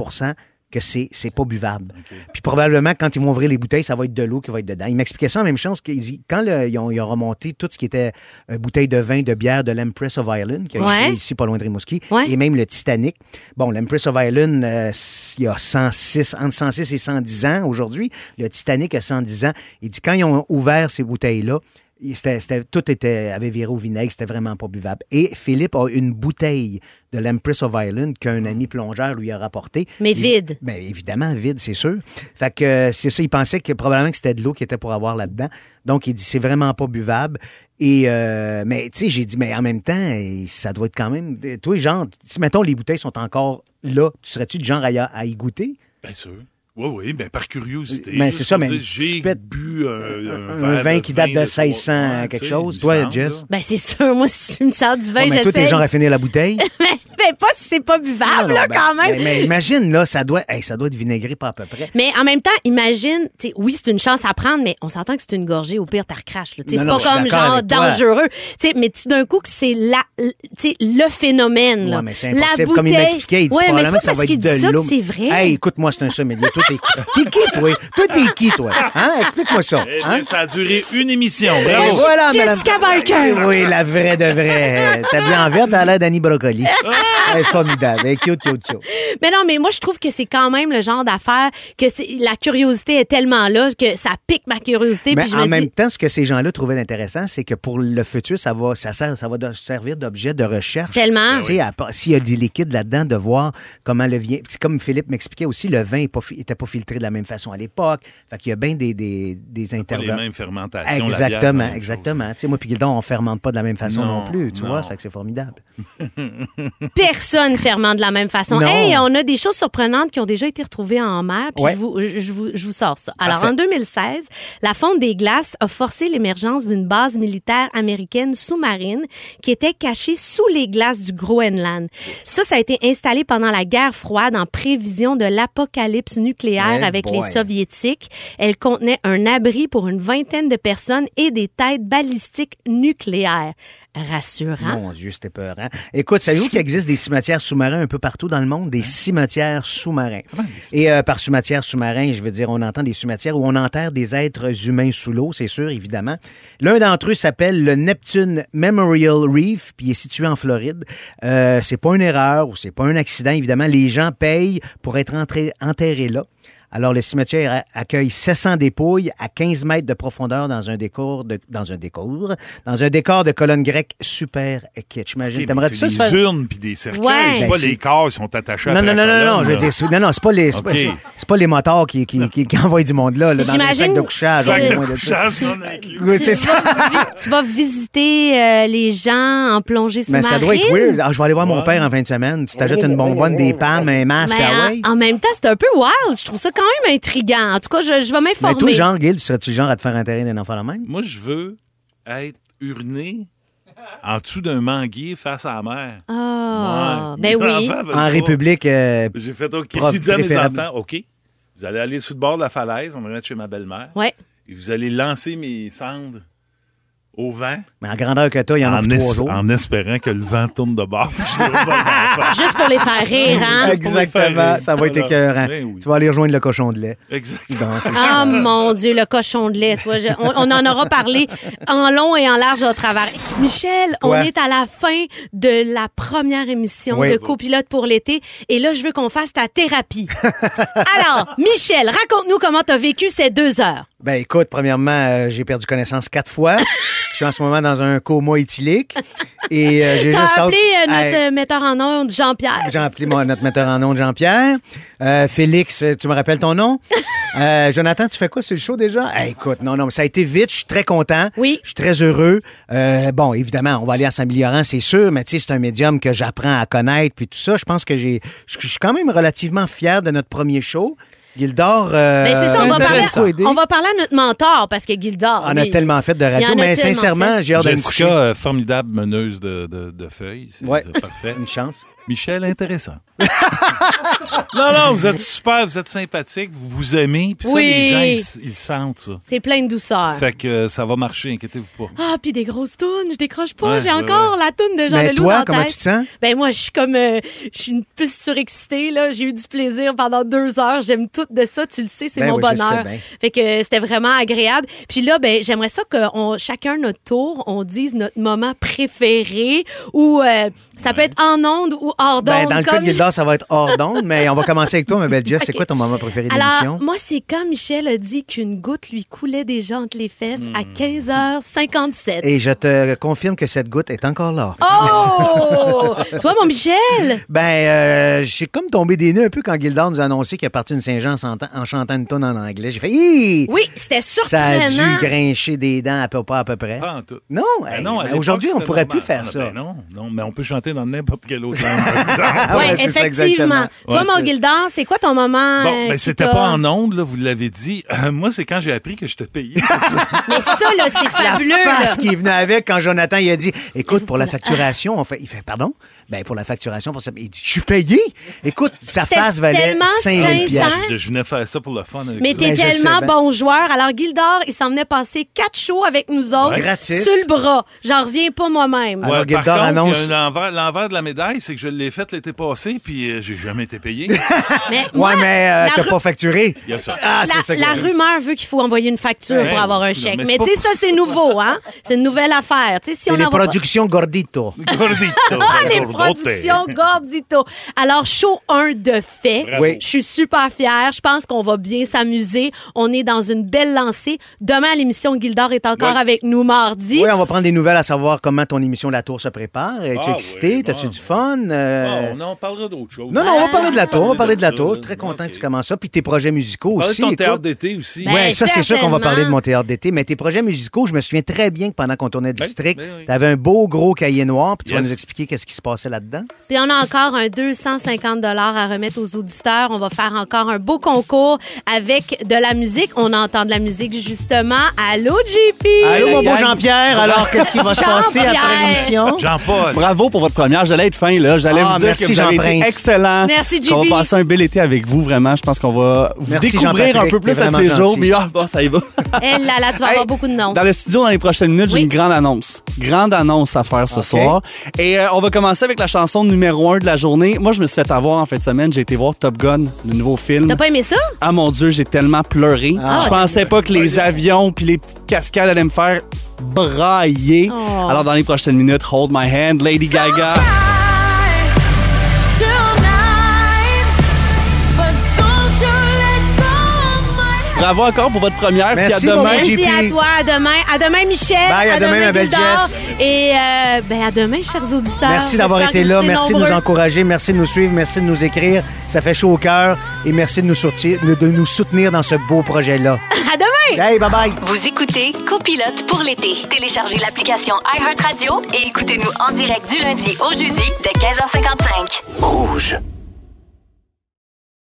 C: que c'est c'est pas buvable. Puis probablement, quand ils vont ouvrir les bouteilles, ça va être de l'eau qui va être dedans. Il m'expliquait ça en même chose. qu'il dit, quand le- ils, ont, ils ont remonté tout ce qui était euh, bouteille de vin, de bière de l'Empress of Ireland, qui a
B: Ouais.
C: été ici pas loin de Rimouski, et même le Titanic. Bon, l'Empress of Ireland, euh, s- il y a 106, entre 106 et 110 ans aujourd'hui. Le Titanic a 110 ans. Il dit, quand ils ont ouvert ces bouteilles-là, il- c'était- c'était- tout était, avait viré au vinaigre, c'était vraiment pas buvable. Et Philippe a une bouteille de l'Empress of Ireland qu'un ami plongeur lui a rapportée.
B: Mais
C: Il-
B: vide.
C: ben, évidemment, vide, c'est sûr. Fait que euh, c'est ça, il pensait que probablement que c'était de l'eau qu'il était pour avoir là-dedans. Donc, il dit, c'est vraiment pas buvable. Et, euh, mais, tu sais, j'ai dit, mais en même temps, eh, ça doit être quand même. euh, Toi, genre, si, mettons, les bouteilles sont encore là, tu serais-tu de genre à, y- à y goûter?
F: Bien sûr. Oui, oui, ben par curiosité.
C: Ben,
F: juste
C: c'est ça, mais
F: pour dire,
C: une
F: J'ai bu euh, un,
C: Un vin, qui date de 1600 quelque chose. Toi, Jess?
B: Ben, c'est sûr, moi, si tu me sers du vin,
C: Ouais, mais toi, t'es
B: j'essaie.
C: genre à finir la bouteille.
B: <laughs> mais, mais pas si c'est pas buvable, Ah, là,
C: Ben,
B: quand même.
C: ben, mais imagine, là, ça doit, hey, ça doit être vinaigré pas à peu près.
B: Mais en même temps, imagine, tu sais, oui, c'est une chance à prendre, mais on s'entend que c'est une gorgée, au pire, t'as recraches. là. Tu sais,
C: Non,
B: C'est
C: non,
B: pas
C: je
B: comme
C: suis d'accord
B: genre
C: avec toi.
B: dangereux. Tu sais, mais tout d'un coup, que c'est la, l- tu sais, le phénomène. là.
C: Ouais, mais c'est
B: La
C: impossible. Comme il
B: bouteille-
C: m'expliquait, il dit
B: Ouais, mais
C: probablement que
B: c'est pas
C: ça va
B: parce
C: être
B: qu'il dit ça
C: de
B: que
C: l'eau.
B: c'est vrai.
C: Hey, écoute-moi, c'est un sommelier. Toi, t'es t'es qui, toi? Toi, t'es qui, toi? Hein? Explique-moi ça.
F: Eh bien,
C: Hein? Eh
F: ça a duré une émission.
C: Et
F: Bravo.
C: voilà,
B: Jessica
C: madame.
B: Barker.
C: Eh Oui, la vraie de vraie. T'as bien en vert, t'as l'air d'Annie Brocoli. Elle est formidable. Elle est cute, cute, cute.
B: Mais non, mais moi, je trouve que c'est quand même le genre d'affaire que c'est- la curiosité est tellement là que ça pique ma curiosité.
C: Mais
B: puis je
C: en
B: me
C: même
B: dis,
C: temps, ce que ces gens-là trouvaient intéressant, c'est que pour le futur, ça va, ça sert, ça va de- servir d'objet de recherche.
F: Ah
B: Tellement.
C: Tu sais, à part- S'il y a du liquide là-dedans, de voir comment le vin. C'est comme Philippe m'expliquait aussi, le vin n'était pas, fi- était n'était pas filtré de la même façon à l'époque. Fait qu'il y a bien des, des, des
F: Pas les
C: intervenants.
F: mêmes fermentations. la bière, c'est la
C: Exactement,
F: même
C: exactement. Tu sais, moi, puis Guildon, on ne fermente pas de la même façon non,
F: Non,
C: plus, tu
F: non.
C: vois, ça fait que c'est formidable.
B: Personne fermente de la même façon.
C: Non.
B: Hey, on a des choses surprenantes qui ont déjà été retrouvées en mer, puis
C: Ouais.
B: je, vous, je, vous, je vous sors ça. Alors,
C: Parfait.
B: en 2016, la fonte des glaces a forcé l'émergence d'une base militaire américaine sous-marine qui était cachée sous les glaces du Groenland. Ça, ça a été installé pendant la guerre froide en prévision de l'apocalypse nucléaire
L: Hey
C: Eh
B: avec les
L: boy.
B: soviétiques. Elle contenait un abri pour une vingtaine de personnes et des têtes balistiques nucléaires.
F: Hein?
B: Rassurant.
C: Mon Dieu, c'était peur. Écoute, savez-vous qu'il existe des cimetières sous-marins un peu partout dans le monde?
F: Hein?
C: Des cimetières sous-marins. Et euh, par cimetières sous-marins, je veux dire, on entend des cimetières où on enterre des êtres humains sous l'eau, c'est sûr, évidemment. L'un d'entre eux s'appelle le Neptune Memorial Reef, puis il est situé en Floride. Euh, c'est pas une erreur ou c'est pas un accident, évidemment. Les gens payent pour être entré- enterrés là. Alors, le cimetière a- accueille 700 dépouilles à 15 mètres de profondeur dans un décor de, dans un décor, dans un décor de colonnes grecques super kitsch. Imagine,
F: Ok, mais
C: t'aimerais-tu ça
F: C'est
C: se
F: des
C: faire-
F: urnes puis des cercueils.
C: Ouais.
F: C'est
C: Ben,
F: pas
C: c'est-
F: les corps, ils sont attachés
C: Non,
F: après
C: non,
F: la
C: non, non, non,
F: colonne,
C: je veux
F: là.
C: dire, c'est- non, non, c'est pas les, c'est pas-
F: Ok.
C: c'est- c'est pas les motards qui, qui, qui, qui envoient du monde là, là, dans un sac
B: J'imagine-
C: de couchage.
B: Sac
C: au
B: de
C: moins ça.
B: couchage,
C: Oui, c'est
B: Tu
C: ça.
B: vas vi- tu vas visiter euh, les gens en plongée
C: Mais
B: sous-marine.
C: ça doit être weird. Ah, je vais aller voir mon père en fin de semaine. Tu t'ajoutes une bonbonne, des palmes, un masque,
B: Mais
C: ah ouais.
B: en, en même temps, c'est un peu wild. Je trouve ça quand même intriguant. En tout cas, je, je vais
C: Mais toi,
B: m'informer.
C: genre, Gil, tu serais-tu le genre à te faire enterrer d'un enfant la même?
F: Moi, je veux être urné en dessous d'un manguier face à la mer.
B: Ah,
F: Ouais.
B: ben
F: Mes
B: oui.
F: enfants veulent
C: En
F: pas.
C: République. euh,
F: J'ai fait OK.
C: prof-
F: J'ai dit à mes
C: préférable.
F: enfants, OK, vous allez aller sur le bord de la falaise, on va être chez ma belle-mère,
B: Ouais.
F: et vous allez lancer mes cendres au vent.
C: Mais en grandeur que toi, il y en a
F: en,
C: pour trois
F: esp-
C: jours.
B: Hein?
F: en espérant que le vent tourne de bord. <laughs>
B: Juste pour les faire rire, hein?
C: Exactement. Ça va être
F: Voilà.
C: écœurant.
F: Ben oui.
C: Tu vas aller rejoindre le cochon de lait.
F: Exactement. <laughs>
C: Bon, c'est
B: Ah mon Dieu, le cochon de lait. toi, je- on, on en aura parlé en long et en large au travers. Michel, on
C: Quoi?
B: est à la fin de la première émission
C: Oui.
B: de Copilote pour l'été. Et là, je veux qu'on fasse ta thérapie. Alors, Michel, raconte-nous comment tu as vécu ces deux heures.
C: Ben écoute, premièrement, euh, j'ai perdu connaissance quatre
B: <laughs>
C: fois. Je suis en ce moment dans un coma éthylique. Et euh, j'ai
B: T'as
C: juste hâte-
B: appelé euh, notre
C: Hey, Euh,
B: euh, metteur en ondes, Jean-Pierre.
C: j'ai appelé mon- notre metteur en nom Jean-Pierre. Euh, Félix, euh, tu me rappelles ton
B: <laughs>
C: nom? Euh, Jonathan, tu fais quoi sur le show déjà? Hey, écoute, non, non, mais ça a été vite. Je suis très content.
B: Oui.
C: Je suis très heureux. Euh, bon, évidemment, on va aller en s'améliorant, c'est sûr, mais tu sais, c'est un médium que j'apprends à connaître, puis tout ça. Je pense que j'ai. Je je suis quand même relativement fier de notre premier show. Gildor. euh,
B: Ben, c'est ça, on va, parler,
C: beaucoup aidé.
B: on va parler à notre mentor parce que Gildor.
C: On a
B: lui-
C: tellement fait de
B: Il y
C: radio,
B: en a
C: mais
B: tellement
C: sincèrement,
B: fait.
C: j'ai hâte d'aller me coucher.
F: Jessica, euh, formidable meneuse de, de- de feuilles. C'est c'est parfait.
C: <laughs>
F: Une
C: chance. <laughs>
F: Michel, intéressant. non, non, vous êtes super, vous êtes sympathique, vous vous aimez. Puis ça,
B: Oui.
F: les gens, ils, ils le sentent ça.
B: C'est plein de douceur.
F: Fait que euh, ça va marcher, inquiétez-vous pas.
B: Ah, puis des grosses tounes, je décroche pas.
F: Ouais,
B: J'ai
F: ouais,
B: encore la toune de Jean
F: Mais
B: Leloup
F: toi,
B: dans la
F: comment
B: tête.
F: tu te sens?
B: Ben moi, je suis comme, euh, je suis une puce surexcitée là. J'ai eu du plaisir pendant deux heures. J'aime tout de ça, tu le sais, c'est
L: Ben
B: mon
L: oui, je sais
B: bonheur.
L: bien.
B: Fait que euh, c'était vraiment agréable. Puis là, ben j'aimerais ça que on- chacun notre tour, on dise notre moment préféré ou euh, ça peut être en onde ou hors d'onde.
C: Ben, dans le cas
B: comme-
C: de Gildor, ça va être hors d'onde, mais on va commencer avec toi, ma belle Jess.
B: <laughs>
C: C'est quoi ton moment préféré de l'émission?
B: Alors, moi, c'est quand Michel a dit qu'une goutte lui coulait déjà entre les fesses à 15h57.
C: Et je te confirme que cette goutte est encore là.
B: Oh! Toi, mon Michel!
C: Ben, euh, j'ai comme tombé des nœuds un peu quand Gildor nous a annoncé qu'il est parti une Saint-Jean en chantant- en chantant une tonne en anglais. J'ai fait Hi!
B: Oui, c'était
C: Ça a
B: surprenant.
C: dû grincher des dents à peu, pas à peu près.
F: Pas en tout.
C: Non,
F: Ben
C: hey,
F: non, à
C: ben
F: l'époque,
C: aujourd'hui, on
F: c'était
C: pourrait
F: normal.
C: plus faire
F: Ah,
C: ça.
F: ben non, non, mais on peut chanter dans n'importe quelle autre
C: <laughs>
F: langue, par
C: Ah
F: exemple.
B: oui, effectivement. Toi,
F: Ouais,
B: mon
F: c'est-
B: Gildan, c'est quoi ton moment?
F: Bon,
B: euh,
F: ben,
B: qui
F: c'était
B: t'a-
F: pas en ondes, là, vous l'avez dit. Euh, moi, c'est quand j'ai appris que je te payais.
B: Mais ça, là, c'est fabuleux. là.
C: Parce qu'il venait avec quand Jonathan il a dit écoute pour la facturation on fait il fait pardon ben pour la facturation pour ça il dit je suis payé écoute sa
B: C'était
C: face valait
B: tellement <laughs>
C: 5000
B: sincère.
C: pièces
F: Je, je venais faire ça pour le fun. avec
B: Mais
F: vous.
B: t'es tellement bon joueur. Alors, Gildor, il s'en venait passer quatre shows avec nous autres.
F: Ouais. Gratis.
B: Sur le bras. J'en reviens pas moi-même.
F: Ouais, par contre, il y a un l'envers, l'envers de la médaille, c'est que je l'ai faite l'été passé, puis euh, j'ai jamais
C: <laughs>
F: été payé.
B: Mais
C: ouais mais euh,
B: la
C: t'as
B: ru-
C: pas facturé
F: Il y a ça.
C: ah
B: la,
C: c'est ça que-
B: la rumeur veut qu'il faut envoyer une facture
C: Ouais.
B: pour avoir un
C: Non,
B: chèque.
C: mais
B: Mais,
C: c'est pas
B: tu sais,
C: pour
B: ça, c'est nouveau, hein? C'est une nouvelle affaire. Tu sais, si
C: c'est
B: on
C: les
B: envoie pas-
C: productions Gordito
B: Ah, les
C: euh.
B: productions Gordito. Alors, show 1 de fait.
C: Bravo. Oui.
B: Je suis super fière. Je pense qu'on va bien s'amuser. On est dans une belle lancée. Demain, à l'émission, Gildor est encore
C: Ouais.
B: avec nous mardi.
C: oui, on va prendre des nouvelles à savoir comment ton émission La Tour se prépare. Es-tu
B: Ah,
C: excité? T'as-tu du fun? Euh, euh,
F: Bon, Ah, Oh, on en parlera d'autre chose.
C: Non, non, on va parler de la tour. On va parler de la
F: ça,
C: tour.
F: là.
C: Très content que tu commences ça. Puis tes projets musicaux
F: On va parler de
C: aussi.
F: ton
C: écoute.
F: théâtre d'été aussi.
C: ouais,
F: Ben,
C: ça, c'est sûr qu'on va
F: certainement.
C: parler de mon théâtre d'été. Mais tes projets musicaux, je me souviens très bien que pendant qu'on tournait District,
F: ben oui.
C: tu avais un beau gros cahier noir. Puis tu vas
F: Yes.
C: nous expliquer qu'est-ce qui se passait là-dedans.
B: Puis on a encore un 250 dollars à remettre aux auditeurs. On va faire encore un beau concours avec de la musique. On entend de la musique justement. Allô, JP!
C: Allô, mon beau Jean-Pierre. Alors, qu'est-ce qui va se passer après
B: Jean-Pierre.
C: l'émission?
F: Jean-Paul.
L: Bravo pour votre première. J'allais être fin, là. J'allais
C: Ah,
L: vous dire
C: merci,
L: que vous avez
C: Jean-Prince.
L: été excellent.
C: Merci,
L: On
C: JB.
L: va passer un bel été avec vous, vraiment. Je pense qu'on va vous
C: Merci,
L: découvrir un
C: Jean-Patrick.
L: peu plus
C: T'es
L: à tous les
C: vraiment
L: jours.
C: gentil.
L: Mais ah, bon, ça y va.
B: Elle, Eh là, là, tu vas avoir beaucoup de noms.
L: Dans le studio, dans les prochaines minutes, j'ai
B: Oui.
L: une grande annonce. Grande annonce à faire ce soir. Et euh, on va commencer avec la chanson numéro 1 de la journée. Moi, je me suis fait avoir en fin de semaine. J'ai été voir Top Gun, le nouveau film.
B: T'as pas aimé ça?
L: Ah mon Dieu, j'ai tellement pleuré.
B: Ah.
L: je pensais pas que les avions puis les petites cascades allaient me faire brailler.
B: Oh.
L: Alors, dans les prochaines minutes, Hold My Hand, Lady Gaga. Bravo encore pour votre première. puis à demain.
B: Merci à toi. À demain. À demain, Michel.
L: Bye, à demain, ma belle
B: Gildor.
L: Jess.
B: Et euh, ben, à demain, chers auditeurs.
C: Merci d'avoir
B: J'espère que
C: été
B: vous
C: là.
B: serez
C: Merci de nous
B: nombreux.
C: encourager. Merci de nous suivre. Merci de nous écrire. Ça fait chaud au cœur. Et merci de nous, sortir- de nous soutenir dans ce beau projet-là.
B: À demain!
C: Hey, bye-bye!
A: Vous écoutez Copilote pour l'été. Téléchargez l'application iHeartRadio et écoutez-nous en direct du lundi au jeudi dès 15h55.
H: Rouge.